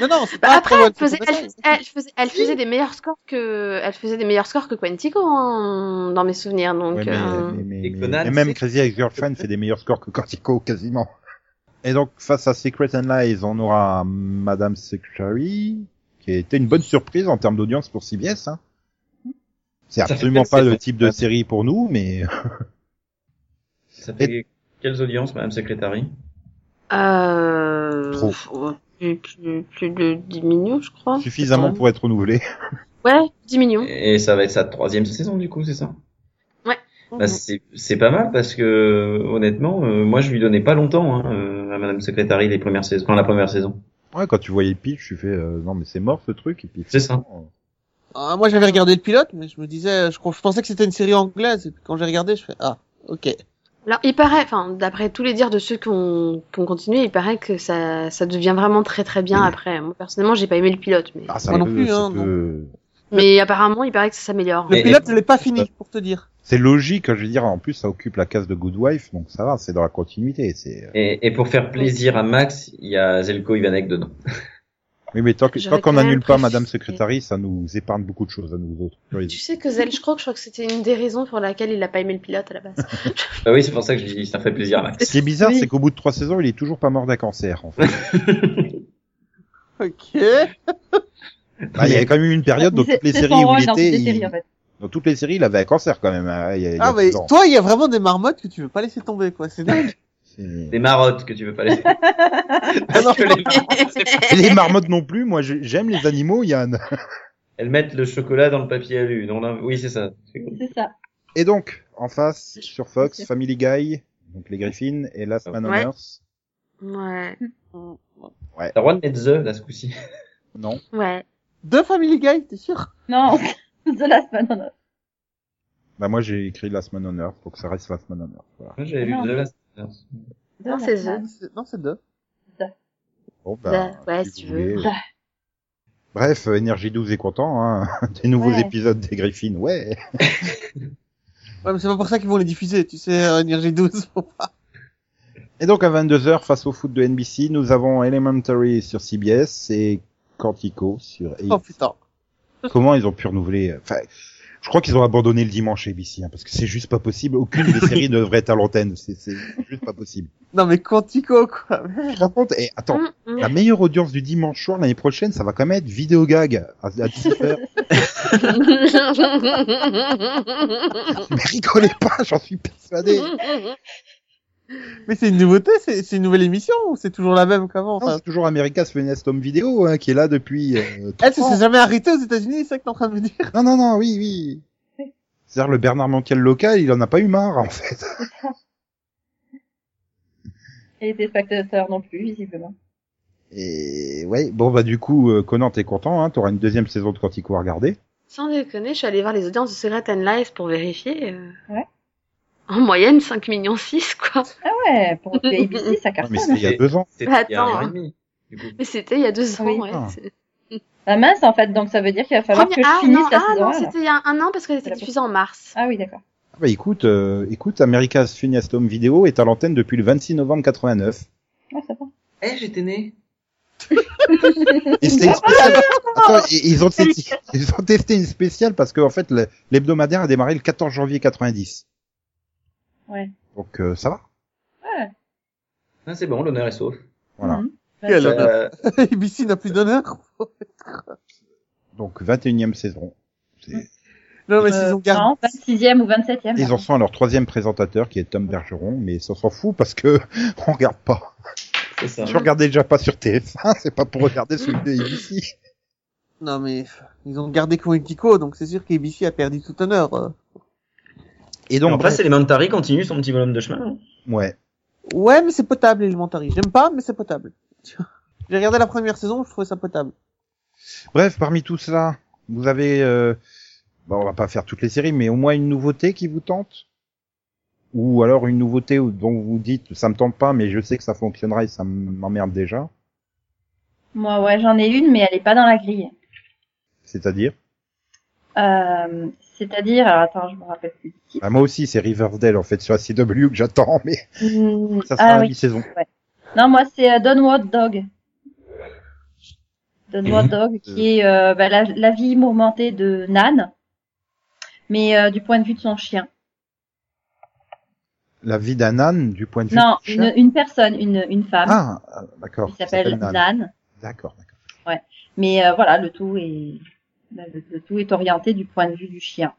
Non, non, c'est Bah, pas après, pour elle Once Upon a faisait, elle, Time. faisait, elle faisait- elle faisait des meilleurs scores que, elle faisait des meilleurs scores que Quantico, hein, dans mes souvenirs. Donc, Ouais, mais, euh, mais- mais- Et mais- Conan, et même c'est- Crazy Ex Girlfriend fait des meilleurs scores que Cortico quasiment. Et donc face à Secret and Lies, on aura Madame Secretary, qui a été une bonne surprise en termes d'audience pour CBS. Hein. C'est fait absolument quelle pas le saison type de série pour nous, mais Ça fait quelles audiences, Madame Secretary euh, Trop. faut- Plus, plus, plus de 10 millions, je Ah, crois. suffisamment pour être renouvelé. Ouais, 10 millions. Et ça va être sa troisième saison du coup, c'est ça Bah, c'est c'est pas mal parce que honnêtement, euh, moi je lui donnais pas longtemps hein, euh, à Madame Secretary les premières saisons, enfin la première saison. Ouais, quand tu voyais le pitch, tu fais euh, non mais c'est mort ce truc et puis C'est ça. Ah, moi, j'avais regardé le pilote, mais je me disais, je, je pensais que c'était une série anglaise. Et puis quand j'ai regardé, je fais, ah, ok. Alors, il paraît, enfin, d'après tous les dires de ceux qui ont, qui ont continué, il paraît que ça, ça devient vraiment très très bien après. Moi, personnellement, j'ai pas aimé le pilote, mais, Ah, ça Moi non peut- plus, ça hein, peut- mais apparemment, il paraît que ça s'améliore. Le Et- pilote, je l'ai pas fini, pour te dire. C'est logique, je veux dire. En plus, ça occupe la case de Good Wife, donc ça va, c'est dans la continuité. C'est Et, et pour faire plaisir à Max, il y a Zelko Ivanek dedans. oui, mais tant que- tant J'aurais qu'on quand même annule pas préféré- Madame Secretary, ça nous épargne beaucoup de choses à nous autres. Tu sais que Zel, je crois que je crois que c'était une des raisons pour laquelle il a pas aimé le pilote à la base. Bah oui, c'est pour ça que je dis ça fait plaisir à Max. Ce qui est bizarre, Oui. c'est qu'au bout de trois saisons, il est toujours pas mort d'un cancer. En fait. Ok. Ah, il y avait quand même eu une période dans C'est- toutes les c'est séries son où rôle il dans toutes était. les il- séries, en fait. Dans toutes les séries, il avait un cancer quand même. hein, il y a- il y a Ah, mais dix ans. toi, il y a vraiment des marmottes que tu veux pas laisser tomber, quoi. C'est dingue. C'est- Des marottes que tu veux pas laisser. Ah Parce que les marottes, c'est pas- Et les marmottes non plus. Moi, je- j'aime les animaux, Yann. Elles mettent le chocolat dans le papier alu. Dans la... Oui, c'est ça. C'est ça. Et donc, en face, sur Fox, Family Guy, donc les Griffins et Ah Last Man on Ouais. Earth. Ouais. T'as Juan Metze, là, ce coup-ci. Non. Ouais. Deux Family Guy, t'es sûr Non, The Last Man on Earth. Bah moi j'ai écrit Last Man on Earth pour que ça reste Last Man on Earth. Voilà. Moi, j'avais lu Ah Non. The Last of Bah, Us. The Non, Last c'est Man. The. C'est- Non, c'est deux. Bon bah, Bah, ouais, si tu veux. voulez. Bref, euh, Énergie 12 est content hein, des nouveaux Ouais. épisodes des Griffins. Ouais. Ouais, mais c'est pas pour ça qu'ils vont les diffuser, tu sais, euh, NRJ12, faut pas. Et donc à 22h face au foot de NBC, nous avons Elementary sur CBS et Quantico sur Oh putain. Oh. Comment ils ont pu renouveler euh, Enfin, je crois qu'ils ont abandonné le dimanche ABC, hein, parce que c'est juste pas possible. Aucune des séries ne devrait être à l'antenne. C'est c'est juste pas possible. Non mais Quantico, quoi. Je raconte. Et attends, Hum, hum. la meilleure audience du dimanche soir l'année prochaine, ça va quand même être vidéo gag à, à 17h. mm. Mais rigolez pas, j'en suis persuadé. Mais c'est une nouveauté, c'est c'est une nouvelle émission ou c'est toujours la même qu'avant Non, enfin, c'est toujours America's Funniest Home Video hein, qui est là depuis. euh, Elle ça trois s'est jamais arrêtée aux États-Unis, c'est Ah, ça que t'es en train de me dire Non, non, non, oui, oui. C'est-à-dire le Bernard Manquel local, il en a pas eu marre en fait. Et les spectateurs non plus, visiblement. Et ouais, bon bah du coup, euh, Conan, t'es content, hein, t'auras une deuxième saison de Quantico à regarder. Sans déconner, je suis allée voir les audiences de Secret and Lies pour vérifier. euh, Ouais. En moyenne, 5 millions 6, quoi. Ah ouais, pour le ABC, Ah, ça Ouais, mais cartonne. hein. c'était il y a deux ans. C'était il y a Attends, un an et hein. demi. Du coup. Mais c'était il y a deux ans, Oui. ouais. Ah. C'est- Ah mince, en fait, donc ça veut dire qu'il va falloir Premier- que je Ah finisse non, la ah, saison non un, alors. c'était il y a un an parce qu'elle C'est était la diffusée en mars. Ah oui, d'accord. Ah bah écoute, euh, écoute, America's Funniest Home Video est à l'antenne depuis le 26 novembre 89. Ah, ça va. Eh, j'étais né. Et c'était une spéciale. Attends, et- et ils ont, testé, ils ont testé une spéciale parce que en fait le- l'hebdomadaire a démarré le 14 janvier 90. Ouais. Donc euh, ça va. Ah, c'est bon, l'honneur est sauf. Voilà. Mhm. Quel honneur. Euh, ABC n'a plus d'honneur. Donc 21e saison. C'est- Non mais Euh, s'ils ont gardé... non, 26e ou 27e. Ils en sont à leur troisième présentateur qui est Tom Bergeron, mais ça s'en fout parce que on regarde pas. c'est ça. Je regardais déjà pas sur TF1, c'est pas pour regarder celui de ABC. Non mais ils ont gardé Quantico, donc c'est sûr qu'ABC a perdu tout honneur. euh. Et Donc, donc, en face, Elementary continue son petit bonhomme de chemin. ouais. Ouais, mais c'est potable, Elementary. J'aime pas, mais c'est potable. J'ai regardé la première saison, je trouvais ça potable. Bref, parmi tout ça, vous avez, euh... bon, on va pas faire toutes les séries, mais au moins une nouveauté qui vous tente, ou alors une nouveauté où- dont vous dites ça me tente pas, mais je sais que ça fonctionnera et ça m'emmerde déjà. Moi, ouais, j'en ai une, mais elle est pas dans la grille. C'est-à-dire, Euh, C'est-à-dire, alors, attends, je me rappelle plus du titre. Bah, moi aussi, c'est Riverdale en fait sur la CW que j'attends, mais Hmm, ça sera Ah à oui. mi-saison. Non, moi, c'est euh, Downward Dog. Mmh. Downward Mhm. Dog, qui est euh, bah, la, la vie mouvementée de Nan, mais euh, du point de vue de son chien. La vie d'un âne du point de vue. non, du chien. une, une personne, une, une femme, Ah, euh, d'accord. qui ça s'appelle Nan. Nan. D'accord, d'accord. Mais euh, voilà, le tout est bah, le, le tout est orienté du point de vue du chien,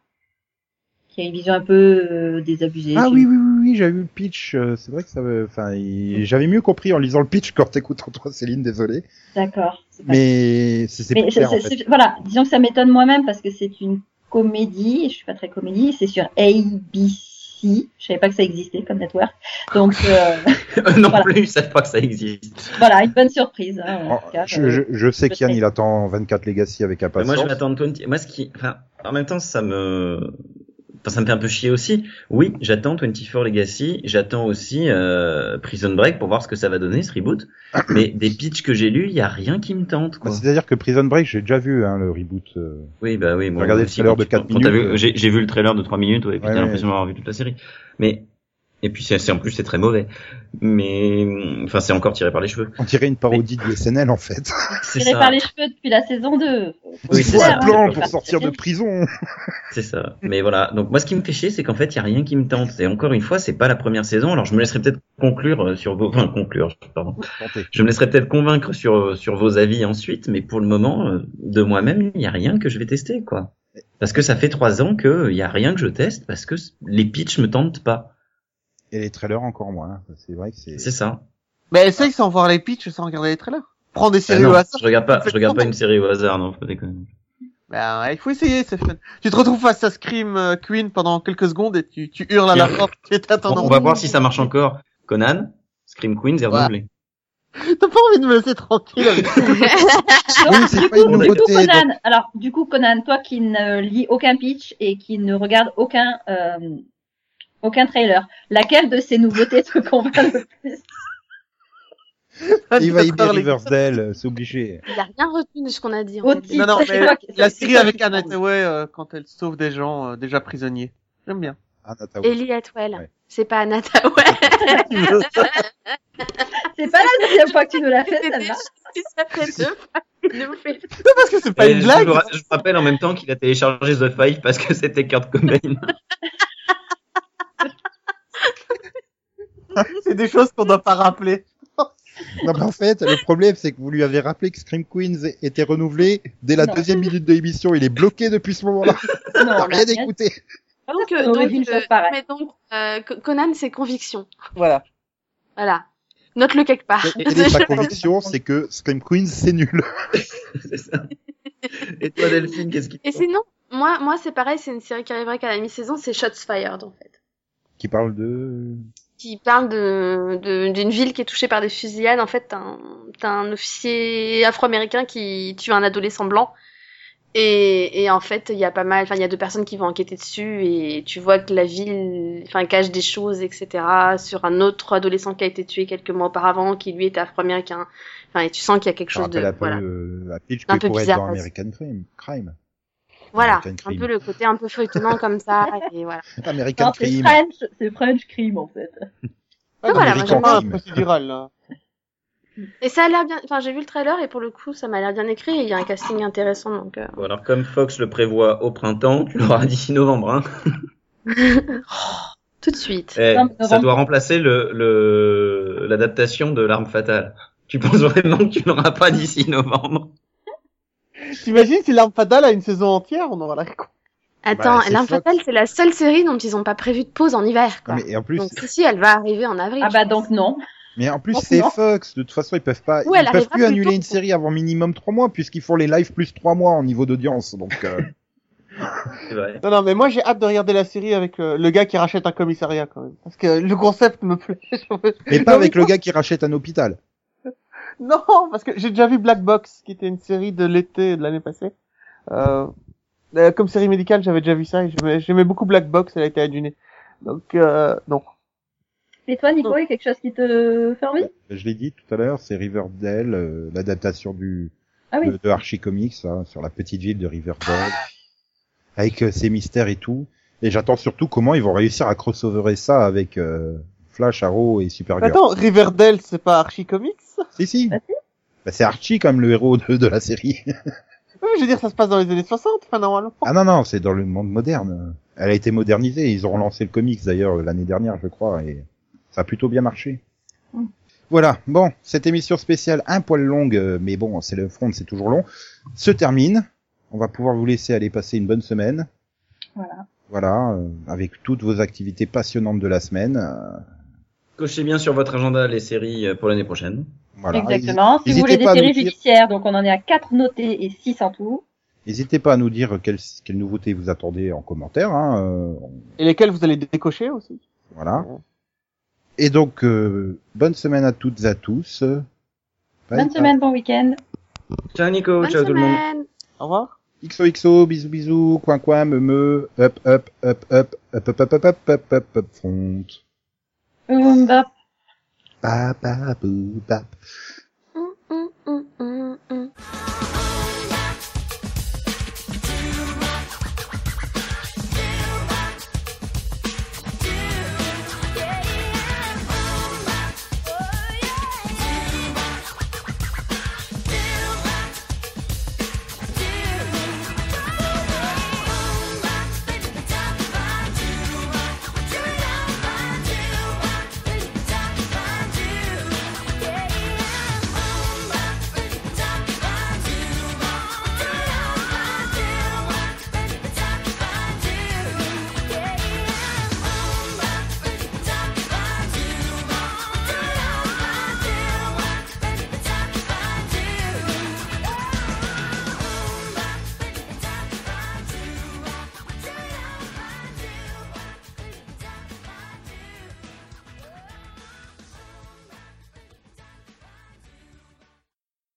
qui a une vision un peu euh, désabusée. Ah chez oui, oui, oui, oui, j'avais eu le pitch. euh, C'est vrai que ça veut. Enfin, il- j'avais mieux compris en lisant le pitch qu'en t'écoutant toi, Céline, désolé. D'accord. c'est pas- Mais c'est c'est Mais plus c'est- clair, en c'est- fait. c'est- voilà, disons que ça m'étonne moi-même parce que c'est une comédie, et je suis pas très comédie, c'est sur ABC, je savais pas que ça existait comme network. Donc euh, Eux non Voilà. plus, ils savent pas que ça existe. voilà, une bonne surprise. hein, en Oh, tout cas, je, je, euh, je sais je qu'Yann, sais. il attend 24 Legacy avec Mais impatience. moi, je m'attends de 20. Moi, ce qui, enfin, en même temps, ça me, enfin, ça me fait un peu chier aussi. Oui, j'attends 24 Legacy, j'attends aussi euh, Prison Break pour voir ce que ça va donner ce reboot. Mais des pitchs que j'ai lus, il y a rien qui me tente. Bah, Quoi. C'est-à-dire que Prison Break, j'ai déjà vu hein, le reboot. euh, Oui, bah oui. moi Regardez le aussi, trailer quand- de quatre quand t'as vu- minutes. euh. J'ai j'ai vu le trailer de 3 minutes, ouais, et puis Ouais, t'as ouais. l'impression d'avoir vu toute la série. Mais et puis c'est c'est- en plus c'est très mauvais. Mais enfin, c'est encore tiré par les cheveux. On dirait une parodie du SNL en fait. C'est tiré ça. par les cheveux depuis la saison hein, Oui, 2. il c'est faut ça. un plan C'est pour pas- sortir de prison. C'est ça. Mais voilà. Donc moi, ce qui me fait chier, c'est qu'en fait, il y a rien qui me tente. Et encore une fois, c'est pas la première saison. Alors je me laisserai peut-être conclure euh, sur vos, enfin conclure, pardon. Tentez. Je me laisserai peut-être convaincre sur euh, sur vos avis ensuite. Mais pour le moment, euh, de moi-même, il y a rien que je vais tester, quoi. Parce que ça fait trois ans que euh, il y a rien que je teste parce que c- les pitchs me tentent pas. Et les trailers encore moins. hein. C'est vrai que c'est. C'est ça. Mais elle sait que sans voir les pitchs, sans regarder les trailers. Prends des Ah séries non, au hasard. je regarde pas, ça fait je regarde pas longtemps. une série au hasard, non, faut déconner. Bah ouais, il faut essayer, c'est fun. Tu te retrouves face à Scream euh, Queen pendant quelques secondes et tu, tu hurles à la porte, tu es Bon, attendant. on va voir si ça marche encore. Conan, Scream Queens est Voilà. renouvelé. T'as pas envie de me laisser tranquille avec Donc, Oui, c'est Bah, du, pas une coup, du nouveauté, coup, Conan, alors, du coup, Conan, toi qui ne lis aucun pitch et qui ne regarde aucun, euh, aucun trailer, laquelle de ces nouveautés te convainc le plus Il va y bien D'accord, les- Riverdale, c'est obligé. Il a rien retenu de ce qu'on a dit. En Au fait. titre, Non, non, c'est mais toi qui- la c'est série toi avec qui Anna convainc. Hathaway euh, quand elle sauve des gens euh, déjà prisonniers. J'aime bien. Ah, non, t'as oublié. Ellie Atwell. Ouais. C'est pas Anata, ouais. C'est pas la deuxième fois que tu nous l'as fait, C'était celle-là. ça fait deux fois qu'il nous fait. Parce que c'est pas Et une je, blague. vous ra- je vous rappelle en même temps qu'il a téléchargé The Five parce que c'était Kurt Cobain. C'est des choses qu'on doit pas rappeler. Non, mais en fait, le problème, c'est que vous lui avez rappelé que Scream Queens était renouvelé dès la Non. deuxième minute de l'émission. Il est bloqué depuis ce moment-là. Non, T'as on l'a rien écouté. Donc, On euh, aurait donc, vu une chose euh, pareille. mais donc euh, Co- Conan, c'est conviction. Voilà. Voilà. Note-le quelque part. Et et sa conviction, c'est que Scream Queens, c'est nul. C'est ça. Et toi, Delphine, qu'est-ce qui te Et sinon, moi, moi c'est pareil, c'est une série qui arrivera qu'à la mi-saison, c'est Shots Fired, en fait. Qui parle de... Qui parle de de- d'une ville qui est touchée par des fusillades. En fait, t'as un, t'as un officier afro-américain qui tue un adolescent blanc. Et, et en fait, il y a pas mal, enfin, il y a deux personnes qui vont enquêter dessus et tu vois que la ville, enfin, cache des choses, etc. sur un autre adolescent qui a été tué quelques mois auparavant, qui lui était afro-américain. Enfin, et tu sens qu'il y a quelque Ça chose de, rappelle un peu voilà. euh, la pitch Un que peu pourrait être bizarre, dans hein. American Crime. Crime. Voilà. American Un Crime. peu le côté un peu feuilletonnant comme ça. Et voilà. American Non, c'est Crime. French, c'est French crime, en fait. Ah, voilà, mais moi, c'est j'aime pas bien. un procédural, là. Et ça a l'air bien. Enfin, j'ai vu le trailer et pour le coup, ça m'a l'air bien écrit. et Il y a un casting intéressant, donc. euh, Bon, alors, comme Fox le prévoit au printemps, tu l'auras d'ici novembre. Hein. Tout de suite. Eh, Novembre. ça doit remplacer le le- l'adaptation de l'arme fatale. Tu penses vraiment que tu l'auras pas d'ici novembre T'imagines si l'arme fatale a une saison entière, on aura la con. Attends, Bah, c'est L'Arme Fox. Fatale, c'est la seule série dont ils ont pas prévu de pause en hiver, quoi. Non, mais en plus, Donc si, si, elle va arriver en avril. Ah je bah pense. donc non. mais en plus Non, c'est non. Fox. De toute façon, ils peuvent pas, Ouais, elle ils peuvent arrivera plus plus annuler tôt. une série avant minimum trois mois puisqu'ils font les lives plus trois mois en niveau d'audience. Donc, euh, C'est vrai. Non, non, mais moi j'ai hâte de regarder la série avec euh, le gars qui rachète un commissariat quand même. Parce que le concept me plaît. et pas avec le gars qui rachète un hôpital. Non, parce que j'ai déjà vu Black Box, qui était une série de l'été de l'année passée. Euh, euh, comme série médicale, j'avais déjà vu ça. et j'aimais- J'aimais beaucoup Black Box, elle a été adunée. Donc, euh, non. Et toi, Nico, il y a quelque chose qui te fait envie Euh, Je l'ai dit tout à l'heure, c'est Riverdale, euh, l'adaptation du Ah oui. de, de Archie Comics hein, sur la petite ville de Riverdale, avec euh, ses mystères et tout. Et j'attends surtout comment ils vont réussir à crossoverer ça avec euh, Flash, Arrow et Supergirl. Attends, Riverdale, c'est pas Archie Comics Si si. Ah, Bah, c'est Archie comme le héros de, de la série. Oui, je veux dire, ça se passe dans les années 60, enfin, normalement. ah non non, c'est dans le monde moderne. Elle a été modernisée. Ils ont lancé le comics d'ailleurs l'année dernière, je crois, et ça a plutôt bien marché. Mm. Voilà. Bon, cette émission spéciale un poil longue, euh, mais bon, c'est le front, c'est toujours long. Se termine. On va pouvoir vous laisser aller passer une bonne semaine. Voilà. Voilà, euh, avec toutes vos activités passionnantes de la semaine. euh, Cochez bien sur votre agenda les séries euh, pour l'année prochaine. voilà. Exactement. Si N'hésitez vous voulez des pas à nous séries dire- judiciaires, donc on en est à 4 notées et 6 en tout. N'hésitez pas à nous dire quelles quelle nouveautés vous attendez en commentaire. Hein, euh, on- Et lesquels vous allez décocher aussi. Voilà. Ouais. Et donc, euh, bonne semaine à toutes et à tous. Bye. Bonne semaine, bon week-end. Ciao Nico, Bonne ciao tout le monde. semaine. Au revoir. XOXO, bisous bisous, coin coin, me me, up up up up, up up up up up up up up front. Oum, bop. Ba ba bou, bap. Hum,